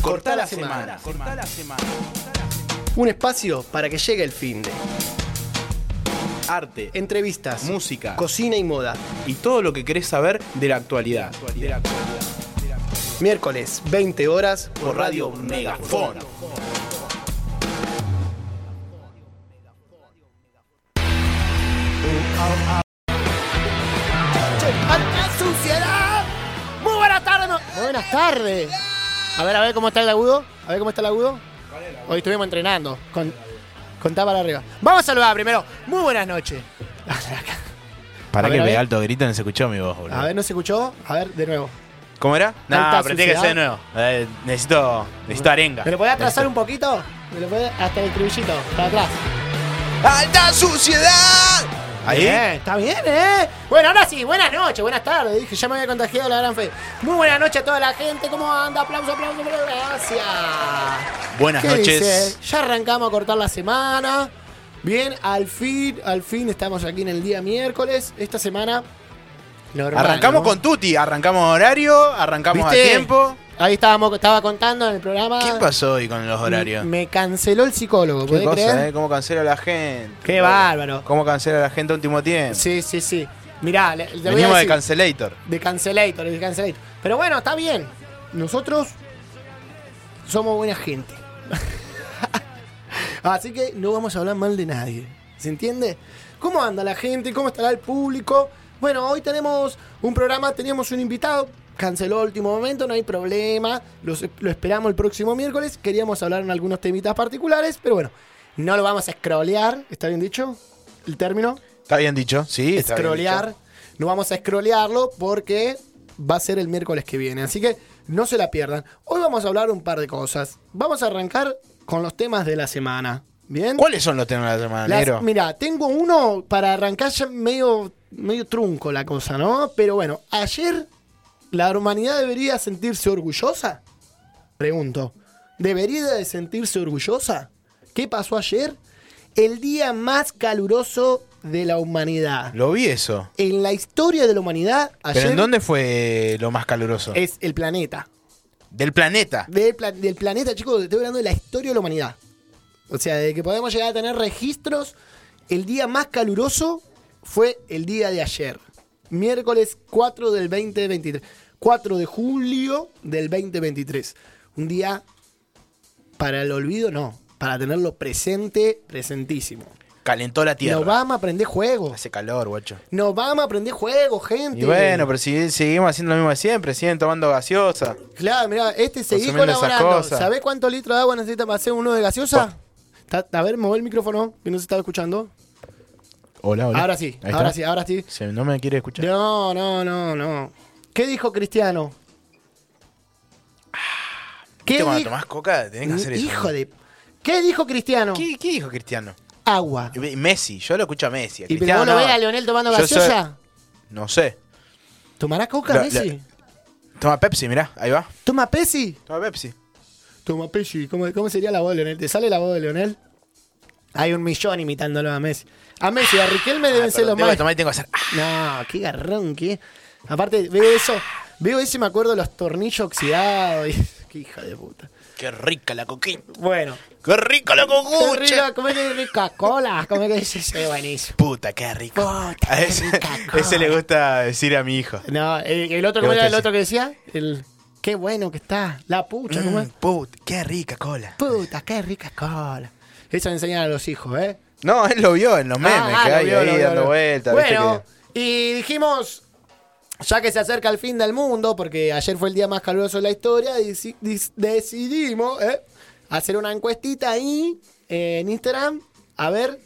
Cortá la semana. Un espacio para que llegue el fin de. Arte Entrevistas, Música. cocina y moda. y todo lo que querés saber de la actualidad. Miércoles, 20 horas, Por Radio Megafón. suciedad! ¡Muy buenas tardes! no- Buenas tardes. A ver, a ver cómo está el agudo. A ver cómo está el agudo. Hoy estuvimos entrenando con, con tapa para arriba. Vamos a saludar primero. Muy buenas noches. Para A que ver, a pegue ver. alto grito, no se escuchó mi voz, boludo. A ver, ¿no se escuchó? A ver, de nuevo. ¿Cómo era? Tanta No, pero tiene que suciedad. ser de nuevo. Eh, necesito, necesito arenga. ¿Me lo podés atrasar un poquito? ¿Me lo podés hasta el estribillito? Para atrás. ¡Alta suciedad! Ahí. Bien, está bien, ¿eh? Bueno, ahora sí, buenas noches, buenas tardes. Dije, ya me había contagiado la gran fe. Muy buenas noches a toda la gente. ¿Cómo anda? Aplauso, aplauso, aplauso. Gracias. Buenas ¿Qué noches. dice? Ya arrancamos a cortar la semana. Bien, al fin, al fin estamos aquí en el día miércoles. Esta semana. normal, Arrancamos ¿no? con Tuti, arrancamos horario, arrancamos ¿Viste? a tiempo. Ahí estábamos, estaba contando en el programa. ¿Qué pasó hoy con los horarios? Me, me canceló el psicólogo, ¿Qué ¿podés cosa, creer? eh? ¿Cómo cancela la gente? Qué bárbaro. ¿Cómo cancela la gente a último tiempo? Sí, sí, sí. Mirá, le, le voy a Venimos de decir, Cancelator. de Cancelator, de Cancelator. Pero bueno, está bien. Nosotros somos buena gente. Así que no vamos a hablar mal de nadie. ¿Se entiende? ¿Cómo anda la gente? ¿Cómo estará el público? Bueno, hoy tenemos un programa, teníamos un invitado, canceló a último momento, no hay problema, los- lo esperamos el próximo miércoles, queríamos hablar en algunos temitas particulares, pero bueno, no lo vamos a scrollear, ¿está bien dicho el término? Está bien dicho, sí. está bien scrollear. dicho. No vamos a scrollearlo porque va a ser el miércoles que viene. Así que no se la pierdan. Hoy vamos a hablar un par de cosas. Vamos a arrancar con los temas de la semana. ¿Bien? ¿Cuáles son los temas de la semana, Las- negro? Mirá, tengo uno para arrancar ya medio, medio trunco la cosa, ¿no? Pero bueno, ayer la humanidad debería sentirse orgullosa. Pregunto, ¿debería de sentirse orgullosa? ¿Qué pasó ayer? El día más caluroso de la humanidad Lo vi eso. en la historia de la humanidad, ayer Eh, ¿Pero en dónde fue lo más caluroso? es el planeta. Del planeta. Del, pla- del planeta, chicos, estoy hablando de la historia de la humanidad. O sea, de que podemos llegar a tener registros, el día más caluroso fue el día de ayer. Miércoles 4 del 2023. 4 de julio del 2023. Un día para el olvido, no. Para tenerlo presente, presentísimo. Calentó la Nos tierra. vamos a aprender juegos. Hace calor, guacho. Nos vamos a aprender juegos, gente. Y bueno, pero si seguimos haciendo lo mismo de siempre, siguen tomando gaseosa. Claro, mirá, este seguí Consumiendo esas colaborando. cosas. ¿Sabés cuánto litro de agua necesita para hacer uno de gaseosa? Ta- A ver, mueve el micrófono, que no se está escuchando. Hola, hola. Ahora sí, ahora sí, ahora sí. Si no me quiere escuchar. No, no, no, no. ¿Qué dijo Cristiano? ¿Viste ¿Qué Ah, cuando di- Mm, tomás coca, tenés que hacer eso. Hijo de... ¿Qué dijo Cristiano? ¿Qué, qué dijo Cristiano? Agua. Y Messi, yo lo escucho a Messi. a ¿Y pero Cristiano vos lo no. ves a Leonel tomando Yo gaseosa? No sé. ¿Tomará coca, La- Messi? la- Toma Pepsi, mirá, ahí va. ¿Toma Pepsi? Toma Pepsi. Toma Pesci, ¿cómo, cómo sería la voz de Leonel? ¿Te sale la voz de Leonel? Hay un millón imitándolo a Messi. A Messi, a Riquelme deben ser Perdón, los tengo más. que tomar y tengo que hacer. ah, No, qué garrón, qué. Aparte, veo eso, veo eso y me acuerdo de los tornillos oxidados. y- qué hija de puta. qué rica la coquín. Bueno, Qué rico la qué cocucha. rico, come que rica cola, come que dice ese buenísimo. Puta, qué rico. Puta, a qué ese, rica ese le cola. gusta decir a mi hijo. No, el, el otro, ¿Qué ¿cómo era vos el te otro que decía? El, qué bueno que está, la pucha, ¿cómo es? Mm, puta, qué rica cola. Puta, qué rica cola. Eso enseñan a los hijos, ¿eh? No, él lo vio en los memes Ah, ah, que lo hay vio, lo ahí vio, dando lo- vueltas. viste Bueno, que- y dijimos, ya que se acerca el fin del mundo, porque ayer fue el día más caluroso de la historia, deci- dis- decidimos eh, hacer una encuestita ahí eh, en Instagram, a ver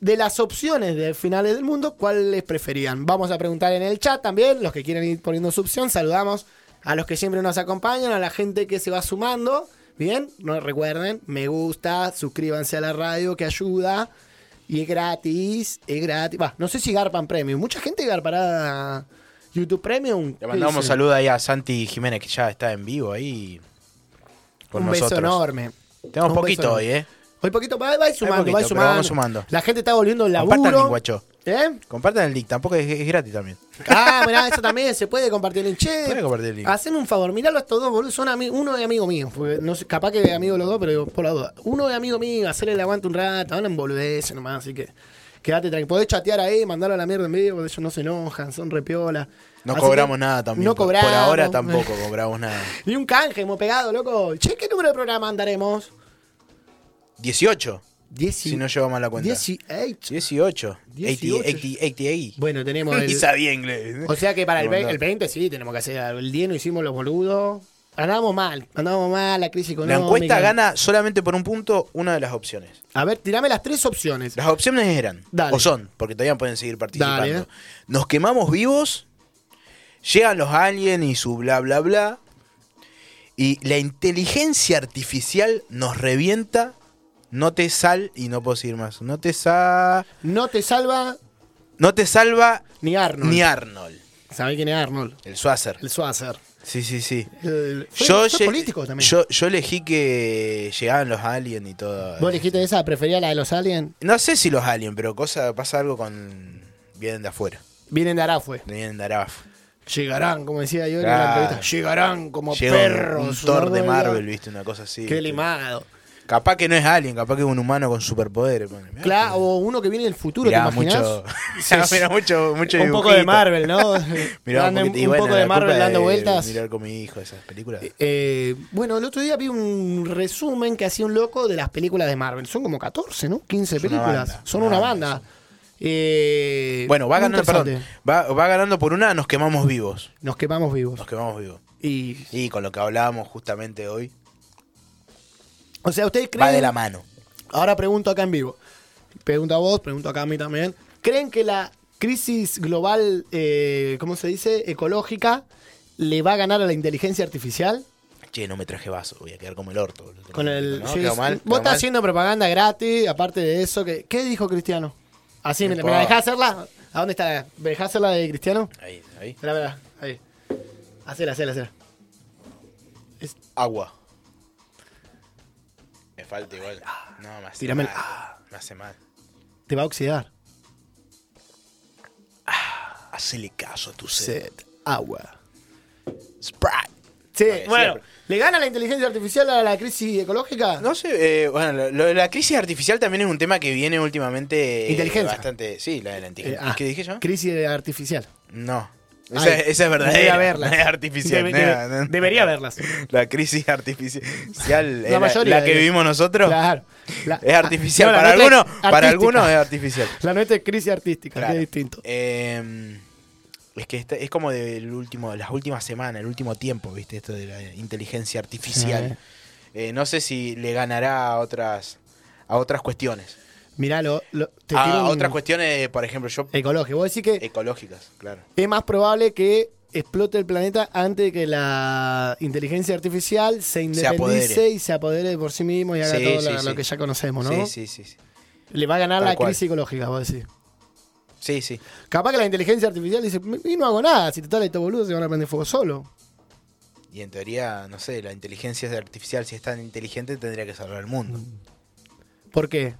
de las opciones de finales del mundo, ¿cuáles preferían? Vamos a preguntar en el chat también, los que quieren ir poniendo su opción, saludamos a los que siempre nos acompañan, a la gente que se va sumando. Bien, no recuerden, me gusta, suscríbanse a la radio que ayuda. Y es gratis, es gratis. Va, no sé si garpan premium. Mucha gente garpará YouTube Premium. Le mandamos un Sí. saludo ahí a Santi Jiménez, que ya está en vivo ahí con un nosotros. beso enorme. Tenemos Un poquito beso hoy, enorme. ¿eh? Hoy poquito, va, va sumando, poquito, va pero sumando. vamos sumando. La gente está volviendo al Compartan, laburo. guacho. ¿Eh? Compartan el link, tampoco es, es gratis también. Ah, mirá, eso también se puede compartir en che. Puede compartir el link. Haceme un favor, miralo a estos dos, boludo. Son ami- uno es amigo mío. porque no sé, capaz que es amigo de los dos, pero digo, por la duda. Uno es amigo mío, hacerle el aguante un rato, hablan boludeces nomás, así que. Quédate tranquilo. Podés chatear ahí, mandarlo a la mierda en vivo, porque ellos no se enojan, son repiola. No Así cobramos que nada también. No por- cobramos. Por ahora tampoco cobramos nada. Ni un canje hemos pegado, loco. Che, ¿qué número de programa andaremos? 18, Dieci- si no llevamos la cuenta. 18. 18. 18. 80, 80. Bueno, tenemos Y el. sabía inglés. ¿eh? O sea que para el, Qué ve- bondad. el 20 sí tenemos que hacer. algo. El 10 no hicimos los boludos. Andábamos mal, andábamos mal, la crisis La económica. encuesta gana solamente por un punto una de las opciones. A ver, tirame las tres opciones. Las opciones eran, Dale. o son, porque todavía pueden seguir participando. Dale. Nos quemamos vivos, llegan los aliens y su bla bla bla, y la inteligencia artificial nos revienta, no te sal, y no puedo seguir más, no te sa, No te salva no te salva ni Arnold. ni Arnold, ¿Sabés quién es Arnold? el Schwarzer. El Schwarzer. Sí, sí, sí. El- Fue, fue lle- político también. Yo, yo elegí que llegaban los aliens y todo. ¿Vos elegiste esa? ¿Prefería la de los aliens? No sé si los aliens, pero cosa, pasa algo con. Vienen de afuera. Vienen de Arafue. Vienen de Araf. Llegarán, como decía yo en la Claro. entrevista. Llegarán como Llega un- perros. un Thor ¿no? de Marvel, viste, una cosa así. Qué viste. limado. Capaz que no es alien, capaz que es un humano con superpoderes. bueno, mirá. Claro, o uno que viene del futuro, Mirá, ¿te imaginás? mucho. Sí, sí. mirá, mucho, mucho un poco de dibujito. Marvel, ¿no? Mirá, Dando un, poquito- y un bueno, poco de la culpa Marvel dando vueltas. Mirar con mi hijo esas películas. Eh, bueno, el otro día vi un resumen que hacía un loco de las películas de Marvel. Son como 14, ¿no? 15 Es una películas. banda, Son una una banda, banda. Eh, bueno, va muy ganando, perdón. interesante. Va, va ganando por una, nos quemamos vivos. Nos quemamos vivos. Nos quemamos vivos. Y, Y con lo que hablábamos justamente hoy, o sea, ¿ustedes creen? va de la mano. Ahora pregunto acá en vivo. Pregunto a vos, pregunto acá a mí también. ¿Creen que la crisis global, eh, ¿cómo se dice? Ecológica, le va a ganar a la inteligencia artificial? Che, no me traje vaso, voy a quedar como el orto. boludo. Con el. ¿No? sí, Quedó sí. mal, quedó vos estás mal. haciendo propaganda gratis, aparte de eso. Que, ¿Qué dijo Cristiano? Así, No mira, ¿me la importa. dejás hacerla? ¿A dónde está? la- ¿Me dejás hacerla de Cristiano? Ahí, ahí. Espera, espera, ahí. Hacela, hacela, hacela. Agua. Me falta igual. ah, No, me hace Tírame el- mal. Me hace mal. Te va a oxidar. Hacele caso a tu sed. Set. Agua. Sprite. Sí, Vale, bueno. siempre. ¿Le gana la inteligencia artificial a la crisis ecológica? No sé, eh, bueno, lo- lo de la crisis artificial también es un tema que viene últimamente. eh, Inteligencia. Bastante, sí, la de la Eh, inteligencia. ah, ¿Qué dije yo? Crisis artificial. No. Ay, Esa, esa es verdadera. Debería verlas. no es artificial. Debe- no, debe- no, no. Debería verlas. La crisis artificial. La eh, La, mayoría la que de- vivimos nosotros. Claro. La- Es artificial. No, la para nuestra es algunos, para artística. algunos es artificial. La nuestra es crisis artística, que Claro. es distinto. Eh, es que esta- es como del último, las últimas semanas, el último tiempo, ¿viste? Esto de la inteligencia artificial. Eh, no sé si le ganará a otras, a otras cuestiones. Ah, Mirá, lo, lo- te A, tiro un- Eh. otras cuestiones, por ejemplo, yo ecológico. Vos decís Eh, que ecológicas, claro. es más probable que explote el planeta antes de que la inteligencia artificial se independice apodere. y se apodere por sí mismo y haga Sí, todo sí, la- sí. lo que ya conocemos, ¿no? Sí, sí, sí, sí. Le va a ganar Tal la cual. crisis ecológica, vos decís. Sí, sí. Capaz que la inteligencia artificial dice, y no hago nada, si total estos boludos se van a prender fuego solo. Y en teoría, no sé, la inteligencia artificial, si es tan inteligente, tendría que salvar el mundo. Mm. ¿Por qué?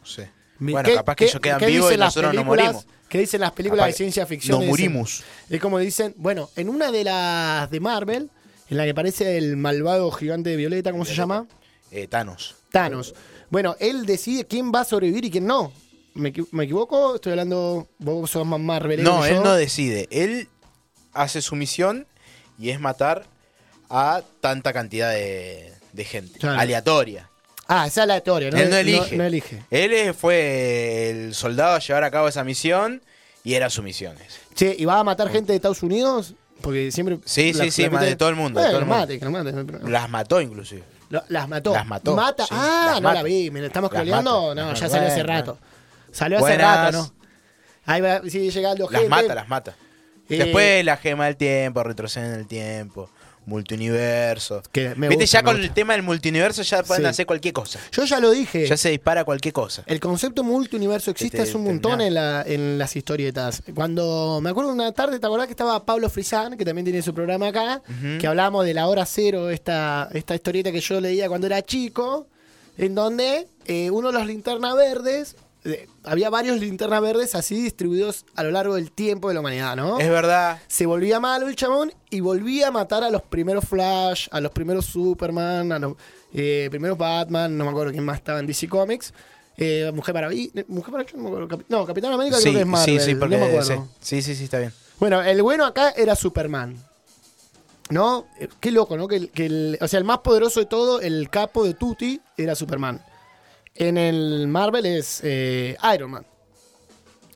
No sé. Mi- Bueno, ¿qué- capaz que qué- ellos quedan qué vivos y dicen las nosotros no películas- morimos. ¿Qué dicen las películas Capaz de ciencia ficción? No Dicen- morimos. Es como dicen, bueno, en una de las de Marvel, en la que aparece el malvado gigante de Violeta, ¿cómo se llama? Eh, Thanos. Thanos. Bueno, él decide quién va a sobrevivir y quién no. ¿Me, equi- me equivoco? Estoy hablando, vos sos más Marvel. No, él no decide. Él hace su misión y es matar a tanta cantidad de, de gente. Claro. Aleatoria. Ah, esa es la teoría, ¿no? él no elige. No, elige. Él eh, fue el soldado a llevar a cabo esa misión y era su misión. esa. Che, ¿y va a matar gente de Estados Unidos? Porque siempre... Sí, sí, sí, gente- ma- de todo el mundo, de Bueno, todo el mundo. mate, que lo mate, no hay problema. Las mató inclusive. Lo- las mató. Las mató, Mata. sí, ah, las no la mata. vi. Me la estamos Las creando. mata, No, las ya mata. salió hace Bueno. rato. Salió hace Buenas. rato, ¿no? Ahí va, sí, llega el Las mata, las mata. Eh, Después la gema del tiempo, retroceden en el tiempo, multiuniverso. Que me Viste, gusta, ya me con gusta. el tema del multiuniverso ya pueden Sí. hacer cualquier cosa. Yo ya lo dije. Ya se dispara cualquier cosa. El concepto multiuniverso existe Este, hace un montón en, la- en las historietas. Cuando me acuerdo una tarde, ¿te acordás que estaba Pablo Frisán, que también tiene su programa acá? Que hablamos de la hora cero, esta, esta historieta que yo leía cuando era chico, en donde eh, uno de los linterna verdes eh, había varios linternas verdes así distribuidos a lo largo del tiempo de la humanidad, ¿no? Es verdad. Se volvía malo el chamón y volvía a matar a los primeros Flash, a los primeros Superman, a los eh, primeros Batman, no me acuerdo quién más estaba en DC Comics. Eh, Mujer Maravilla, Mujer Maravilla, no me acuerdo, Capi- no, Capitán América Sí, creo que es Marvel, sí, sí, porque no me sí, acuerdo. sí, sí, sí, está bien. Bueno, el bueno acá era Superman. ¿No? Eh, Qué loco, ¿no? Que, el- que el, o sea, el más poderoso de todo, el capo de Tutti, era Superman. En el Marvel es eh, Iron Man,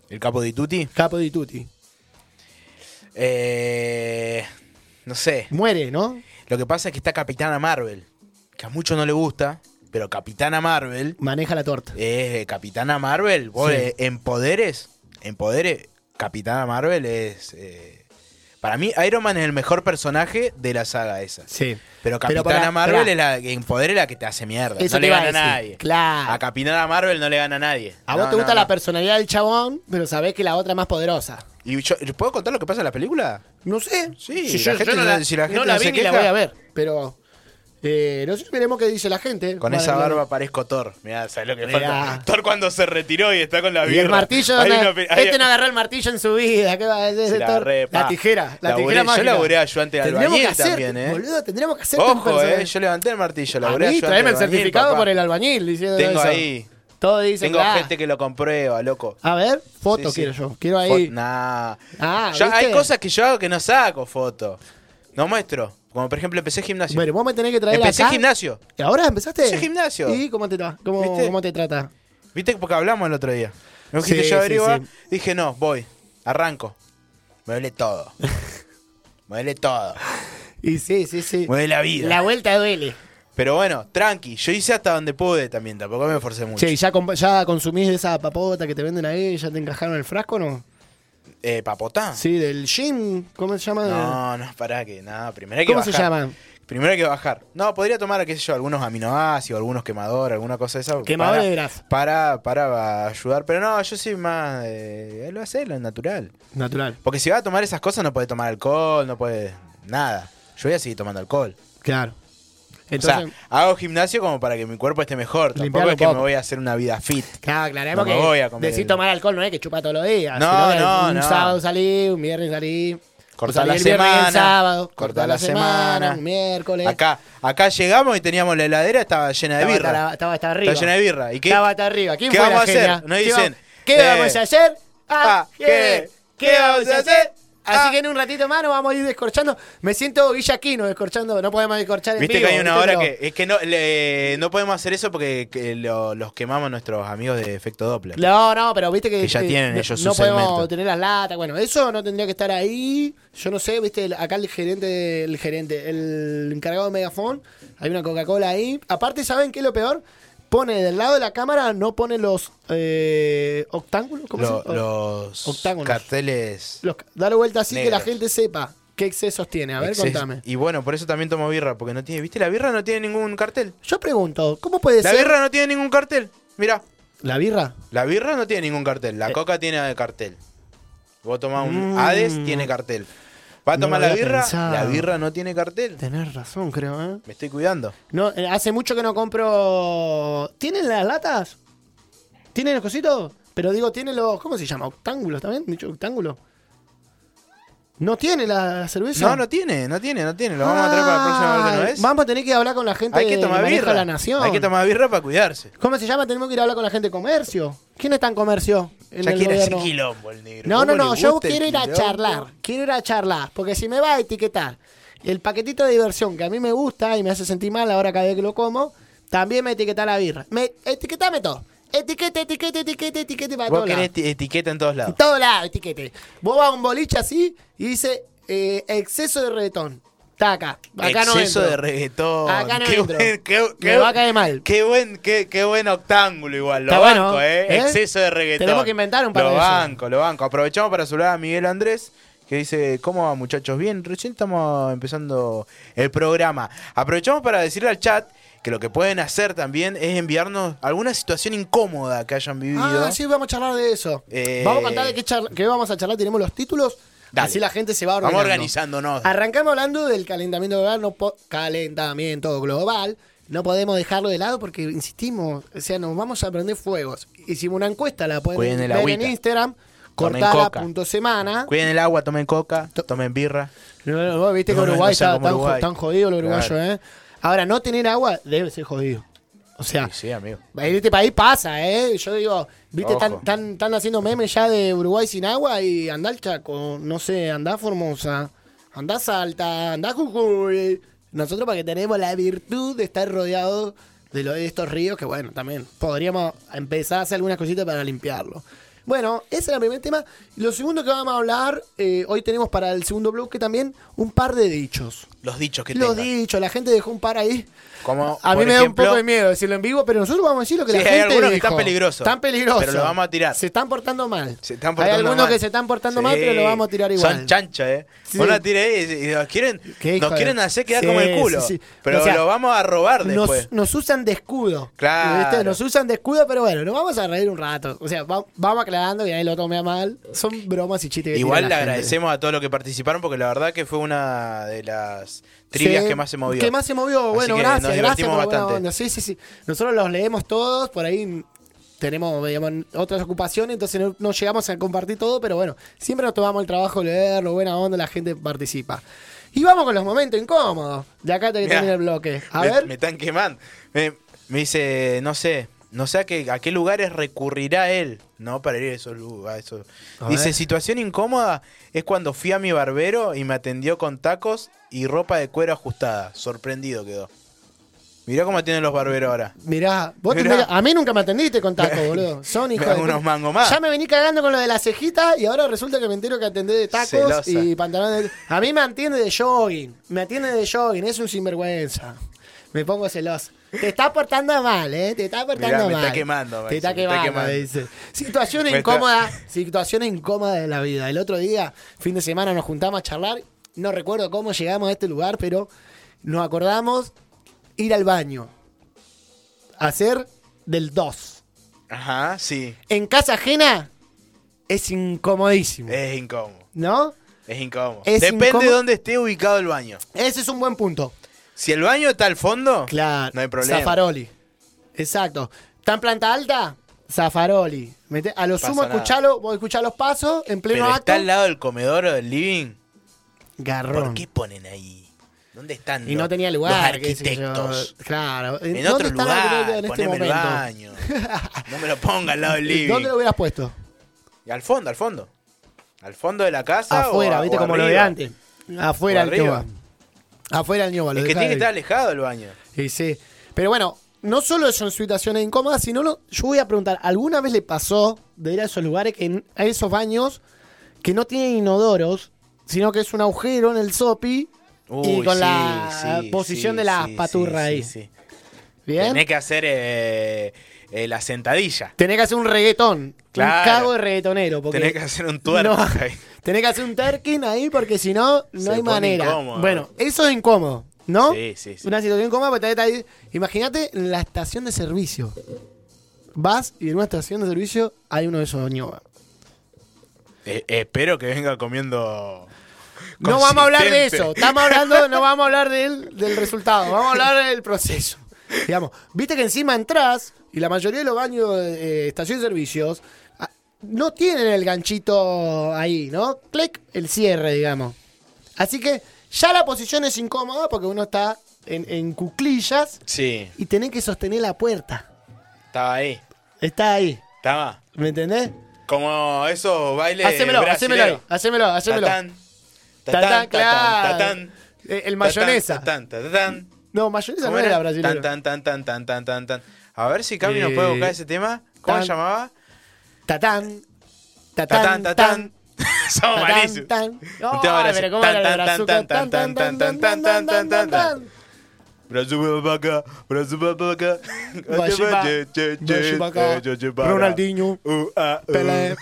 El capo de Tutti. capo de Tutti. Eh, no sé. Muere, ¿no? Lo que pasa es que está Capitana Marvel, que a muchos no le gusta, pero Capitana Marvel Maneja la torta. es eh, Capitana Marvel. vos, Sí. eh, en poderes, en poderes, Capitana Marvel es... eh, para mí, Iron Man es el mejor personaje de la saga esa. Sí. Pero Pero Capitana pará, Marvel pará. es la que en poder es la que te hace mierda. Eso no te le iba a gana a decir, nadie. claro. A Capitana Marvel no le gana a nadie. A vos No, te no, gusta la no. personalidad del chabón, pero sabés que la otra es más poderosa. ¿Y yo, yo ¿Puedo contar lo que pasa en la película? No sé. Sí, si la yo, yo gente no se- la, si la gente no la no vi se ni la queja. voy a ver, pero. eh, no sé, veremos qué dice la gente. Con Bueno, esa claro. barba parezco Thor. Mirá, ¿sabes lo que Mirá. falta? Thor cuando se retiró y está con la Y birra. el martillo, Hay ¿dónde? una pe- hay- este no agarró el martillo en su vida. ¿Qué va a decir? Se la Esto- re, la pa. tijera, la Laburé- tijera yo mágica. laburé ayudante de Tendríamos que albañil hacer, también, ¿eh? Boludo, tendríamos que hacer Ojo, eh, personaje. yo levanté el martillo, A laburé mí, ayudante traeme el de albañil, certificado papá. por el albañil diciendo Tengo eso. ahí. Todo dice, Tengo "Ah". gente que lo comprueba, loco. A ver, Sí, foto sí. quiero yo. Quiero ahí. Fo- nah. Ah, Yo- hay ¿viste? cosas que yo hago que no saco foto. No muestro. Como por ejemplo, empecé gimnasio. Bueno, vos me tenés que traer empecé acá. gimnasio. ¿Y ahora empezaste? Empecé gimnasio. ¿Y cómo te, tra- cómo, ¿Viste? cómo te trata? ¿Viste? Porque hablamos el otro día. Me dijiste, Sí, yo sí, averigua. sí. Dije, no, voy. Arranco. Me duele todo. Me duele todo. Y sí, sí, sí. Me duele la vida. La vuelta duele. Pero bueno, tranqui. Yo hice hasta donde pude también. Tampoco me esforcé mucho. Che, ¿ya, comp- ¿ya consumís de esa papota que te venden ahí? ¿Ya te encajaron el frasco o no? Eh, ¿Papotá? Sí, del gym. ¿Cómo se llama? No, no, pará que nada. Primero hay que ¿Cómo se bajar. llama? Primero hay que bajar. No, podría tomar, qué sé yo, algunos aminoácidos, algunos quemadores, alguna cosa de esa. Quemador para- de grasa. Para, para ayudar. Pero no, yo soy más. eh, lo hace, lo natural. Natural. Porque si vas a tomar esas cosas, no puedes tomar alcohol, no puedes. Nada. Yo voy a seguir tomando alcohol. Claro. Entonces, o sea, hago gimnasio como para que mi cuerpo esté mejor. Tampoco Limpiarlo es que poco. me voy a hacer una vida fit. claro, aclaremos no me que voy a comer decís el- tomar alcohol no es que chupa todos los días. No, sino que no, Un no. sábado salí, un viernes salí. Cortá salí la el viernes y el semana, sábado, cortá la semana. un miércoles. Acá, acá llegamos y teníamos la heladera, estaba llena de Estaba, birra. hasta la- estaba hasta arriba. Está llena de birra. ¿Y qué? Estaba hasta arriba. ¿Quién ¿Qué fue vamos la a hacer? genia? No ¿Qué dicen, va- ¿Qué eh, vamos a hacer? Ah, ah, ¿qué? ¿qué? ¿Qué vamos a hacer? Así Ah. que en un ratito más nos vamos a ir descorchando. Me siento Villaquino descorchando. No podemos descorchar en Viste vivo, que hay una ¿viste? hora Pero- que. Es que no, le- no podemos hacer eso porque que lo- los quemamos nuestros amigos de efecto Doppler. No, no, pero viste que, Que ya eh, tienen no- ellos su no podemos segmento. tener las latas. Bueno, eso no tendría que estar ahí. Yo no sé, viste, el- acá el gerente, el gerente, el encargado de Megafon, hay una Coca-Cola ahí. Aparte, ¿saben qué es lo peor? Pone del lado de la cámara, no pone los eh, octángulos, ¿cómo Lo- se llama? los Octágonos. carteles. Los- Dale vuelta así que Negros. la gente sepa qué excesos tiene. A ver, exces- contame. Y bueno, por eso también tomo birra, porque no tiene. ¿Viste? La birra no tiene ningún cartel. Yo pregunto, ¿cómo puede La ser? birra no tiene ningún cartel. Mirá. ¿La birra? La birra no tiene ningún cartel. Eh. La coca tiene cartel. Vos tomás un Hades, tiene cartel. Va a Mm. No lo tomar la había birra, pensado. la birra no tiene cartel. Tenés razón, creo, ¿eh? Me estoy cuidando. No, eh, hace mucho que no compro. ¿Tienen las latas? ¿Tienen los cositos? Pero digo, tienen los. ¿Cómo se llama? ¿Octángulos también? ¿Dicho octángulo? ¿No tiene la cerveza? No, no tiene, no tiene, no tiene. Lo vamos a traer para la próxima vez que Ah, no es. Vamos a tener que hablar con la gente Hay que tomar maneja birra. la nación. Hay que tomar birra para cuidarse. ¿Cómo se llama? Tenemos que ir a hablar con la gente de comercio. ¿Quién está en comercio? En Ya el quiere hacer gobierno? quilombo el negro. No, ¿Cómo no, no, le yo gusta el quiero ir a quilombo? charlar, quiero ir a charlar, porque si me va a etiquetar el paquetito de diversión que a mí me gusta y me hace sentir mal ahora cada vez que lo como, también me etiqueta la birra. Me, etiquetame todo. Etiquete, etiquete, etiquete, etiquete para Vos todos querés lados. eti- etiqueta en todos lados. En todos lados, etiquete. Vos vas a un boliche así y dice eh, exceso de reggaetón. Está acá. Acá no Exceso entro. de reggaetón. Acá no qué entro. buen- qué- Me qué- va a caer mal. Qué buen, qué, qué buen octángulo igual. Lo Está bueno, banco, eh. ¿eh? Exceso de reggaetón. Tenemos que inventar un par Lo de esos. banco, lo banco. Aprovechamos para saludar a Miguel Andrés. Que dice, ¿cómo va muchachos? Bien, recién estamos empezando el programa. Aprovechamos para decirle al chat que lo que pueden hacer también es enviarnos alguna situación incómoda que hayan vivido. Ah, sí, vamos a charlar de eso. Eh. Vamos a contar de qué, charla- qué vamos a charlar, tenemos los títulos. Dale. Así la gente se va Vamos ordenando. organizándonos. Arrancamos hablando del calentamiento global, no po- calentamiento global, No podemos dejarlo de lado porque insistimos, o sea, nos vamos a prender fuegos. Hicimos una encuesta, la pueden Cuiden el ver en agüita. Instagram, Tomen coca. cortada.semana. Cuiden el agua, tomen coca, tomen birra. No, no, vos Viste que No, no, Uruguay no está sean como tan, Uruguay. tan jodido el uruguayo, Claro. ¿eh? Ahora, no tener agua debe ser jodido. O sea, Sí, sí, amigo. en este país pasa, ¿eh? Yo digo, ¿viste? Ojo. Están están- están haciendo memes ya de Uruguay sin agua y andá al Chaco, no sé, andá a Formosa, andá a Salta, andá a Jujuy. Nosotros porque tenemos la virtud de estar rodeados de, lo- de estos ríos que, bueno, también podríamos empezar a hacer algunas cositas para limpiarlo. Bueno, ese era el primer tema. Lo segundo que vamos a hablar, eh, hoy tenemos para el segundo bloque también un par de dichos. Los dichos que Los tengan. dichos, la gente dejó un par ahí. Como, A mí por me da un ejemplo, poco de miedo decirlo en vivo, pero nosotros vamos a decir lo que Sí, la hay gente algunos que dijo. están peligrosos. Están peligrosos. Pero los vamos a tirar. Se están portando mal. Se están portando hay algunos mal. que se están portando mal, Sí. pero lo vamos a tirar igual. Son chanchos, ¿eh? Sí. Uno tira ahí y- y nos quieren, Qué hijo nos de- quieren hacer quedar Sí, como el culo. sí, sí. Pero O sea, lo vamos a robar después. Nos, nos usan de escudo. Claro. ¿Viste? Nos usan de escudo, pero bueno, nos vamos a reír un rato. O sea, va- vamos aclarando que nadie lo tome a mal. Son bromas y chistes que Igual tira le la gente. agradecemos a todos los que participaron porque la verdad que fue una de las trivias Sí, que más se movió. Que más se movió, Así bueno, que gracias. Nos gracias divertimos por la buena bastante. onda. Sí, sí, sí. Nosotros los leemos todos, por ahí tenemos digamos, otras ocupaciones, entonces no, no llegamos a compartir todo, pero bueno, siempre nos tomamos el trabajo de leerlo, buena onda, la gente participa. Y vamos con los momentos incómodos. De acá te que Mirá. termina el bloque. A me, ver. me están quemando. Me, me dice, no sé, no sé a qué, a qué lugares recurrirá él, ¿no? Para ir a esos lugares. a esos- A dice, ver. situación incómoda es cuando fui a mi barbero y me atendió con tacos y ropa de cuero ajustada. Sorprendido quedó. Mirá cómo tienen los barberos ahora. Mirá, vos te Mirá. mirá- a mí nunca me atendiste con taco, boludo. Son hijos dan de- unos mangos más. Ya me vení cagando con lo de la cejita y ahora resulta que me entero que atendés de tacos Celosa. y pantalones. de- A mí me atiende de jogging. Me atiende de jogging, es un sinvergüenza. Me pongo celoso. Te está portando mal, ¿eh? Te está portando Mirá, me mal. está quemando, me Te está dice, me está quemando, quemando. me dice. Situación Me está- incómoda, situación incómoda de la vida. El otro día, fin de semana, nos juntamos a charlar. No recuerdo cómo llegamos a este lugar, pero nos acordamos ir al baño. Hacer del 2. Ajá, sí. En casa ajena es incomodísimo. Es incómodo. ¿No? Es incómodo. Es Depende incómodo. de dónde esté ubicado el baño. Ese es un buen punto. Si el baño está al fondo, Claro. no hay problema. Zafaroli. Exacto. ¿Está en planta alta? Zafaroli. Mete- a lo Pasa sumo nada. escuchalo, vos escuchás los pasos en pleno Pero acto. está al lado del comedor o del living. ¿Por Garrón. qué ponen ahí? ¿Dónde están? Y los- no tenía lugar. Los qué sé yo. arquitectos. Claro. En ¿Dónde otro está la lugar, biblioteca en este poneme el momento? baño. No me lo ponga al lado del living. ¿Dónde lo hubieras puesto? Y al fondo, al fondo. Al fondo de la casa. Afuera, Ah, o a- viste o como lo de arriba. antes. Afuera O el arriba. Nioba. Afuera el Nioba. lo Es que dejá tiene que estar ahí. alejado el baño. Y sí. Pero bueno, no solo son situaciones incómodas, sino lo- yo voy a preguntar, ¿alguna vez le pasó de ir a esos lugares, que en- a esos baños que no tienen inodoros, sino que es un agujero en el sopi y Uy, con sí, la sí, posición sí, de la sí, paturra sí, ahí? sí, sí. ¿Bien? Tenés que hacer eh, eh, la sentadilla. Tenés que hacer un reggaetón. Un Claro. cago de reggaetonero. Porque Tenés que hacer un tuerto No. ahí. tenés que hacer un twerking ahí porque si no, no Se hay pone manera. incómodo. Bueno, eso es incómodo, ¿no? Sí, sí, sí. Una situación incómoda, pero está ahí. Imagínate en la estación de servicio. Vas y en una estación de servicio hay uno de esos ñoba. Eh, espero que venga comiendo. No vamos a hablar de consistente. eso. Estamos hablando, no vamos a hablar del, del resultado. Vamos a hablar del proceso. Digamos, viste que encima entras y la mayoría de los baños de eh, estación de servicios ah, no tienen el ganchito ahí, ¿no? Clic, el cierre, digamos. Así que ya la posición es incómoda porque uno está en, en cuclillas Sí, y tenés que sostener la puerta. estaba ahí. Está ahí. Estaba. ¿Me entendés? Como esos bailes. Hacémelo, brasileros. hacémelo, hacémelo, hacémelo. Tatán. Tatán, Tatán, claro. tatán, tatán. Eh, el mayonesa. Tatán, tatán, tatán. No, mayonesa ¿Cómo no era era? brasileña. Tan, tan, tan, tan, tan, tan, tan, tan. A ver si Cami nos Eh, puede buscar ese tema. ¿Cómo tan. se llamaba? Tatán. Tatán, tatán. Somos Tatán, malísimos. tan. Un tema Ay, brasileño. pero cómo era la Tan, brazuca. tan, tan, tan, tan, tan, tan, tan, tan, tan, tan. Brasil para acá, Brasil para acá. Brasil pa- Che, che, che, Brasil pa' acá. che, che, para. Ronaldinho. Uh, ah, uh. Pelé.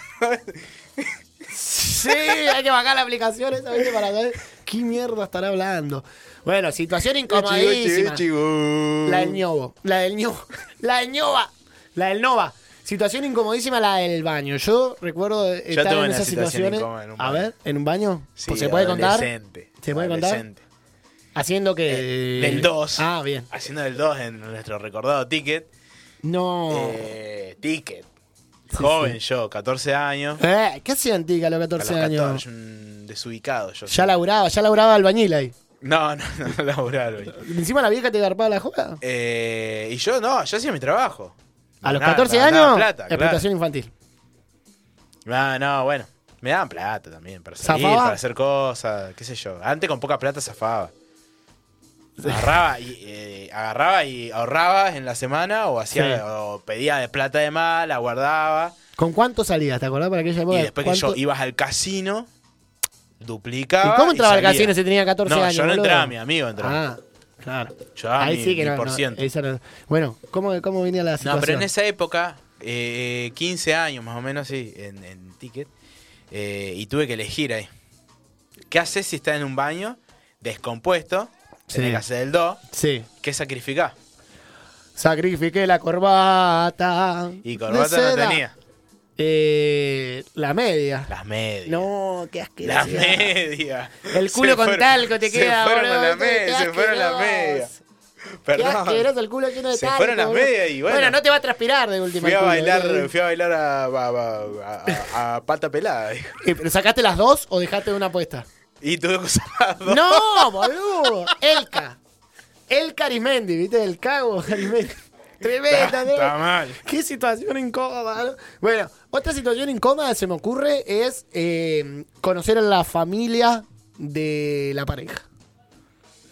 Sí, hay que bajar la aplicación esa vez para saber qué mierda estará hablando. Bueno, situación incomodísima. Chigo, chigo, chigo. La del ñobo. La del ñobo. La del ñoba. La del nova. Situación incomodísima la del baño. Yo recuerdo estar tuve en una esas situación situaciones. incómoda en un A baño. ver, ¿en un baño? Sí, Pues, ¿Se puede contar? adolescente, ¿Se puede contar? adolescente. Haciendo que. Eh, del 2. Ah, bien. Haciendo del 2 en nuestro recordado ticket. No. Eh, ticket. Joven yo, 14 años. Eh, ¿Qué hacía Antica a los A los 14 años? 14, un desubicado yo. Ya laburaba, ya laburaba albañil ahí. No, no, no, no laburar, güey. Encima la vieja te garpaba la joda. Eh, y yo no, yo hacía mi trabajo. A los Ganaba- 14 ganaba años, plata, claro. explotación infantil. Ah, no, bueno. Me daban plata también para salir, ¿Zafaba? para hacer cosas, qué sé yo. Antes con poca plata zafaba. Agarraba y, eh, agarraba y ahorraba en la semana o hacía Sí. o pedía de plata de más, la guardaba. ¿Con cuánto salías? ¿Te acordás para aquella época? y después que yo ¿Cuánto- ibas al casino, ¿Y duplicaba. cómo entraba al salía. casino si tenía 14 no, años? yo no boludo? entraba, mi amigo entraba. Ah, claro. Yo daba mi- mi por ciento. esa no- Bueno, ¿cómo, ¿cómo venía la situación? No, pero en esa época, eh, 15 años más o menos, sí, en, en ticket, eh, y tuve que elegir ahí. ¿Qué haces si estás en un baño descompuesto? Sí. En la casa del 2, Sí. ¿qué sacrificás? Sacrifiqué la corbata. Y de corbata no seda. tenía. Eh, la media. Las medias. No, qué Las asqueroso. medias. El culo Se con fueron- talco te queda, Se fueron boludo, las qué medias, se fueron las asqueroso. medias. Qué Perdón. asqueroso el culo lleno de Se talco, fueron las boludo. medias y bueno. no te va a transpirar de última. Fui a el culo, bailar, boludo. fui a bailar a, a- a- a- a pata pelada. dijo. Eh, ¿Pero sacaste las dos o dejaste una apuesta? Y tuve que usar las dos. ¡No, boludo! Elka. El Carismendi, ¿viste? El cago Carismendi. Tremenda, ¿no? Está mal. Qué situación incómoda. ¿no? Bueno, otra situación incómoda se me ocurre es eh, conocer a la familia de la pareja.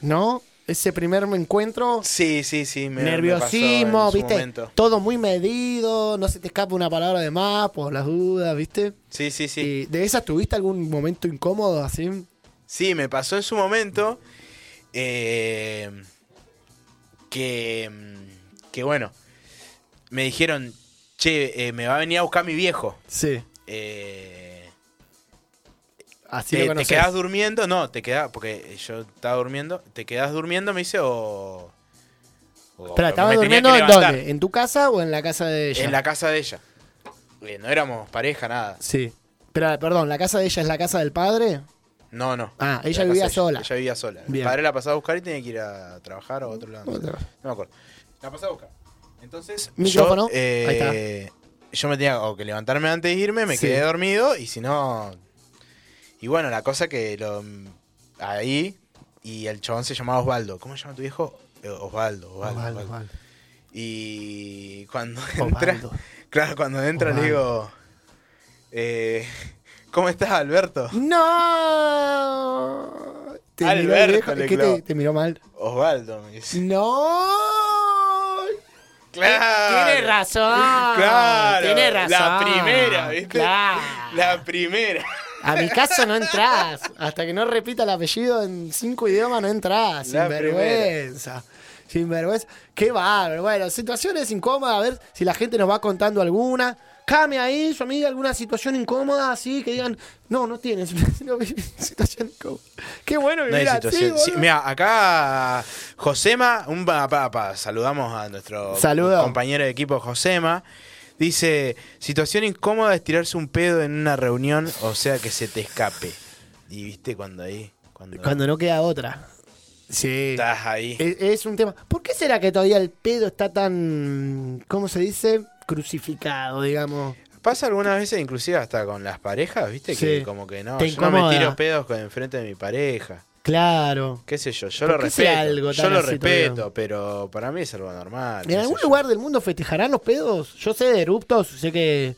¿No? Ese primer encuentro. Sí, sí, sí. Me, me nerviosismo, pasó en su ¿viste? momento. Todo muy medido, no se te escapa una palabra de más por las dudas, ¿viste? Sí, sí, sí. Y ¿De esas tuviste algún momento incómodo así? Sí, me pasó en su momento eh, que, mm, que, bueno, me dijeron, che, eh, me va a venir a buscar mi viejo. Sí. Eh, te, Así lo te conocés. quedás durmiendo, no, te quedás, porque yo estaba durmiendo, te quedás durmiendo, me dice, o... o Espera, me tenía ¿estabas que durmiendo en levantar dónde? ¿En tu casa o en la casa de ella? En la casa de ella. Eh, no éramos pareja, nada. Sí. Pero, perdón, ¿la casa de ella es la casa del padre? No, no. Ah, ella La vivía casa de sola. Ella vivía sola. Bien. El padre la pasaba a buscar y tenía que ir a trabajar a otro lado. No, sé. Otra. No me acuerdo. La pasaba a buscar. Entonces, Micrófono. yo, eh, yo me tenía o que levantarme antes de irme, me Sí. quedé dormido y si no... Y bueno, la cosa que lo... Ahí, y el chabón se llamaba Osvaldo. ¿Cómo se llama tu viejo? Eh, Osvaldo, Osvaldo, Osvaldo, Osvaldo. Osvaldo. Y cuando entra... Osvaldo. Claro, cuando entra le Osvaldo. digo... eh, ¿Cómo estás, Alberto? ¡No! Te miró el Alberto viejo, le ¿Qué clavó. te, te miró mal? Osvaldo, me dice. ¡No! Claro. Tiene razón. Claro. Tiene razón. La primera, ¿viste? Claro. La primera. A mi casa no entras. Hasta que no repita el apellido en cinco idiomas no entras. Sin La vergüenza. Sin vergüenza. Qué bárbaro. Bueno, situaciones incómodas. A ver si la gente nos va contando alguna. Came ahí, su amiga, alguna situación incómoda así que digan, no, no tienes no, vi- situación incómoda. Qué bueno No vivir hay así, situación. Sí, boludo. mira, acá Josema, un pa, pa- pa- saludamos a nuestro Saludo. compañero de equipo Josema. Dice, situación incómoda es tirarse un pedo en una reunión, o sea que se te escape. Y viste cuando ahí, cuando, Cuando Eh, no queda otra. Sí. estás ahí. Es, E-, es un tema. ¿Por qué será que todavía el pedo está tan, ¿cómo se dice? Crucificado, digamos. Pasa algunas veces, inclusive hasta con las parejas, viste, Sí. que como que no, Te yo no me incomoda. tiro pedos con enfrente de mi pareja. Claro. Qué sé yo, yo ¿Por lo qué será respeto. algo yo tan lo así respeto, todavía? pero para mí es algo normal. qué ¿En sé algún yo. lugar del mundo festejarán los pedos? Yo sé de eruptos, sé que,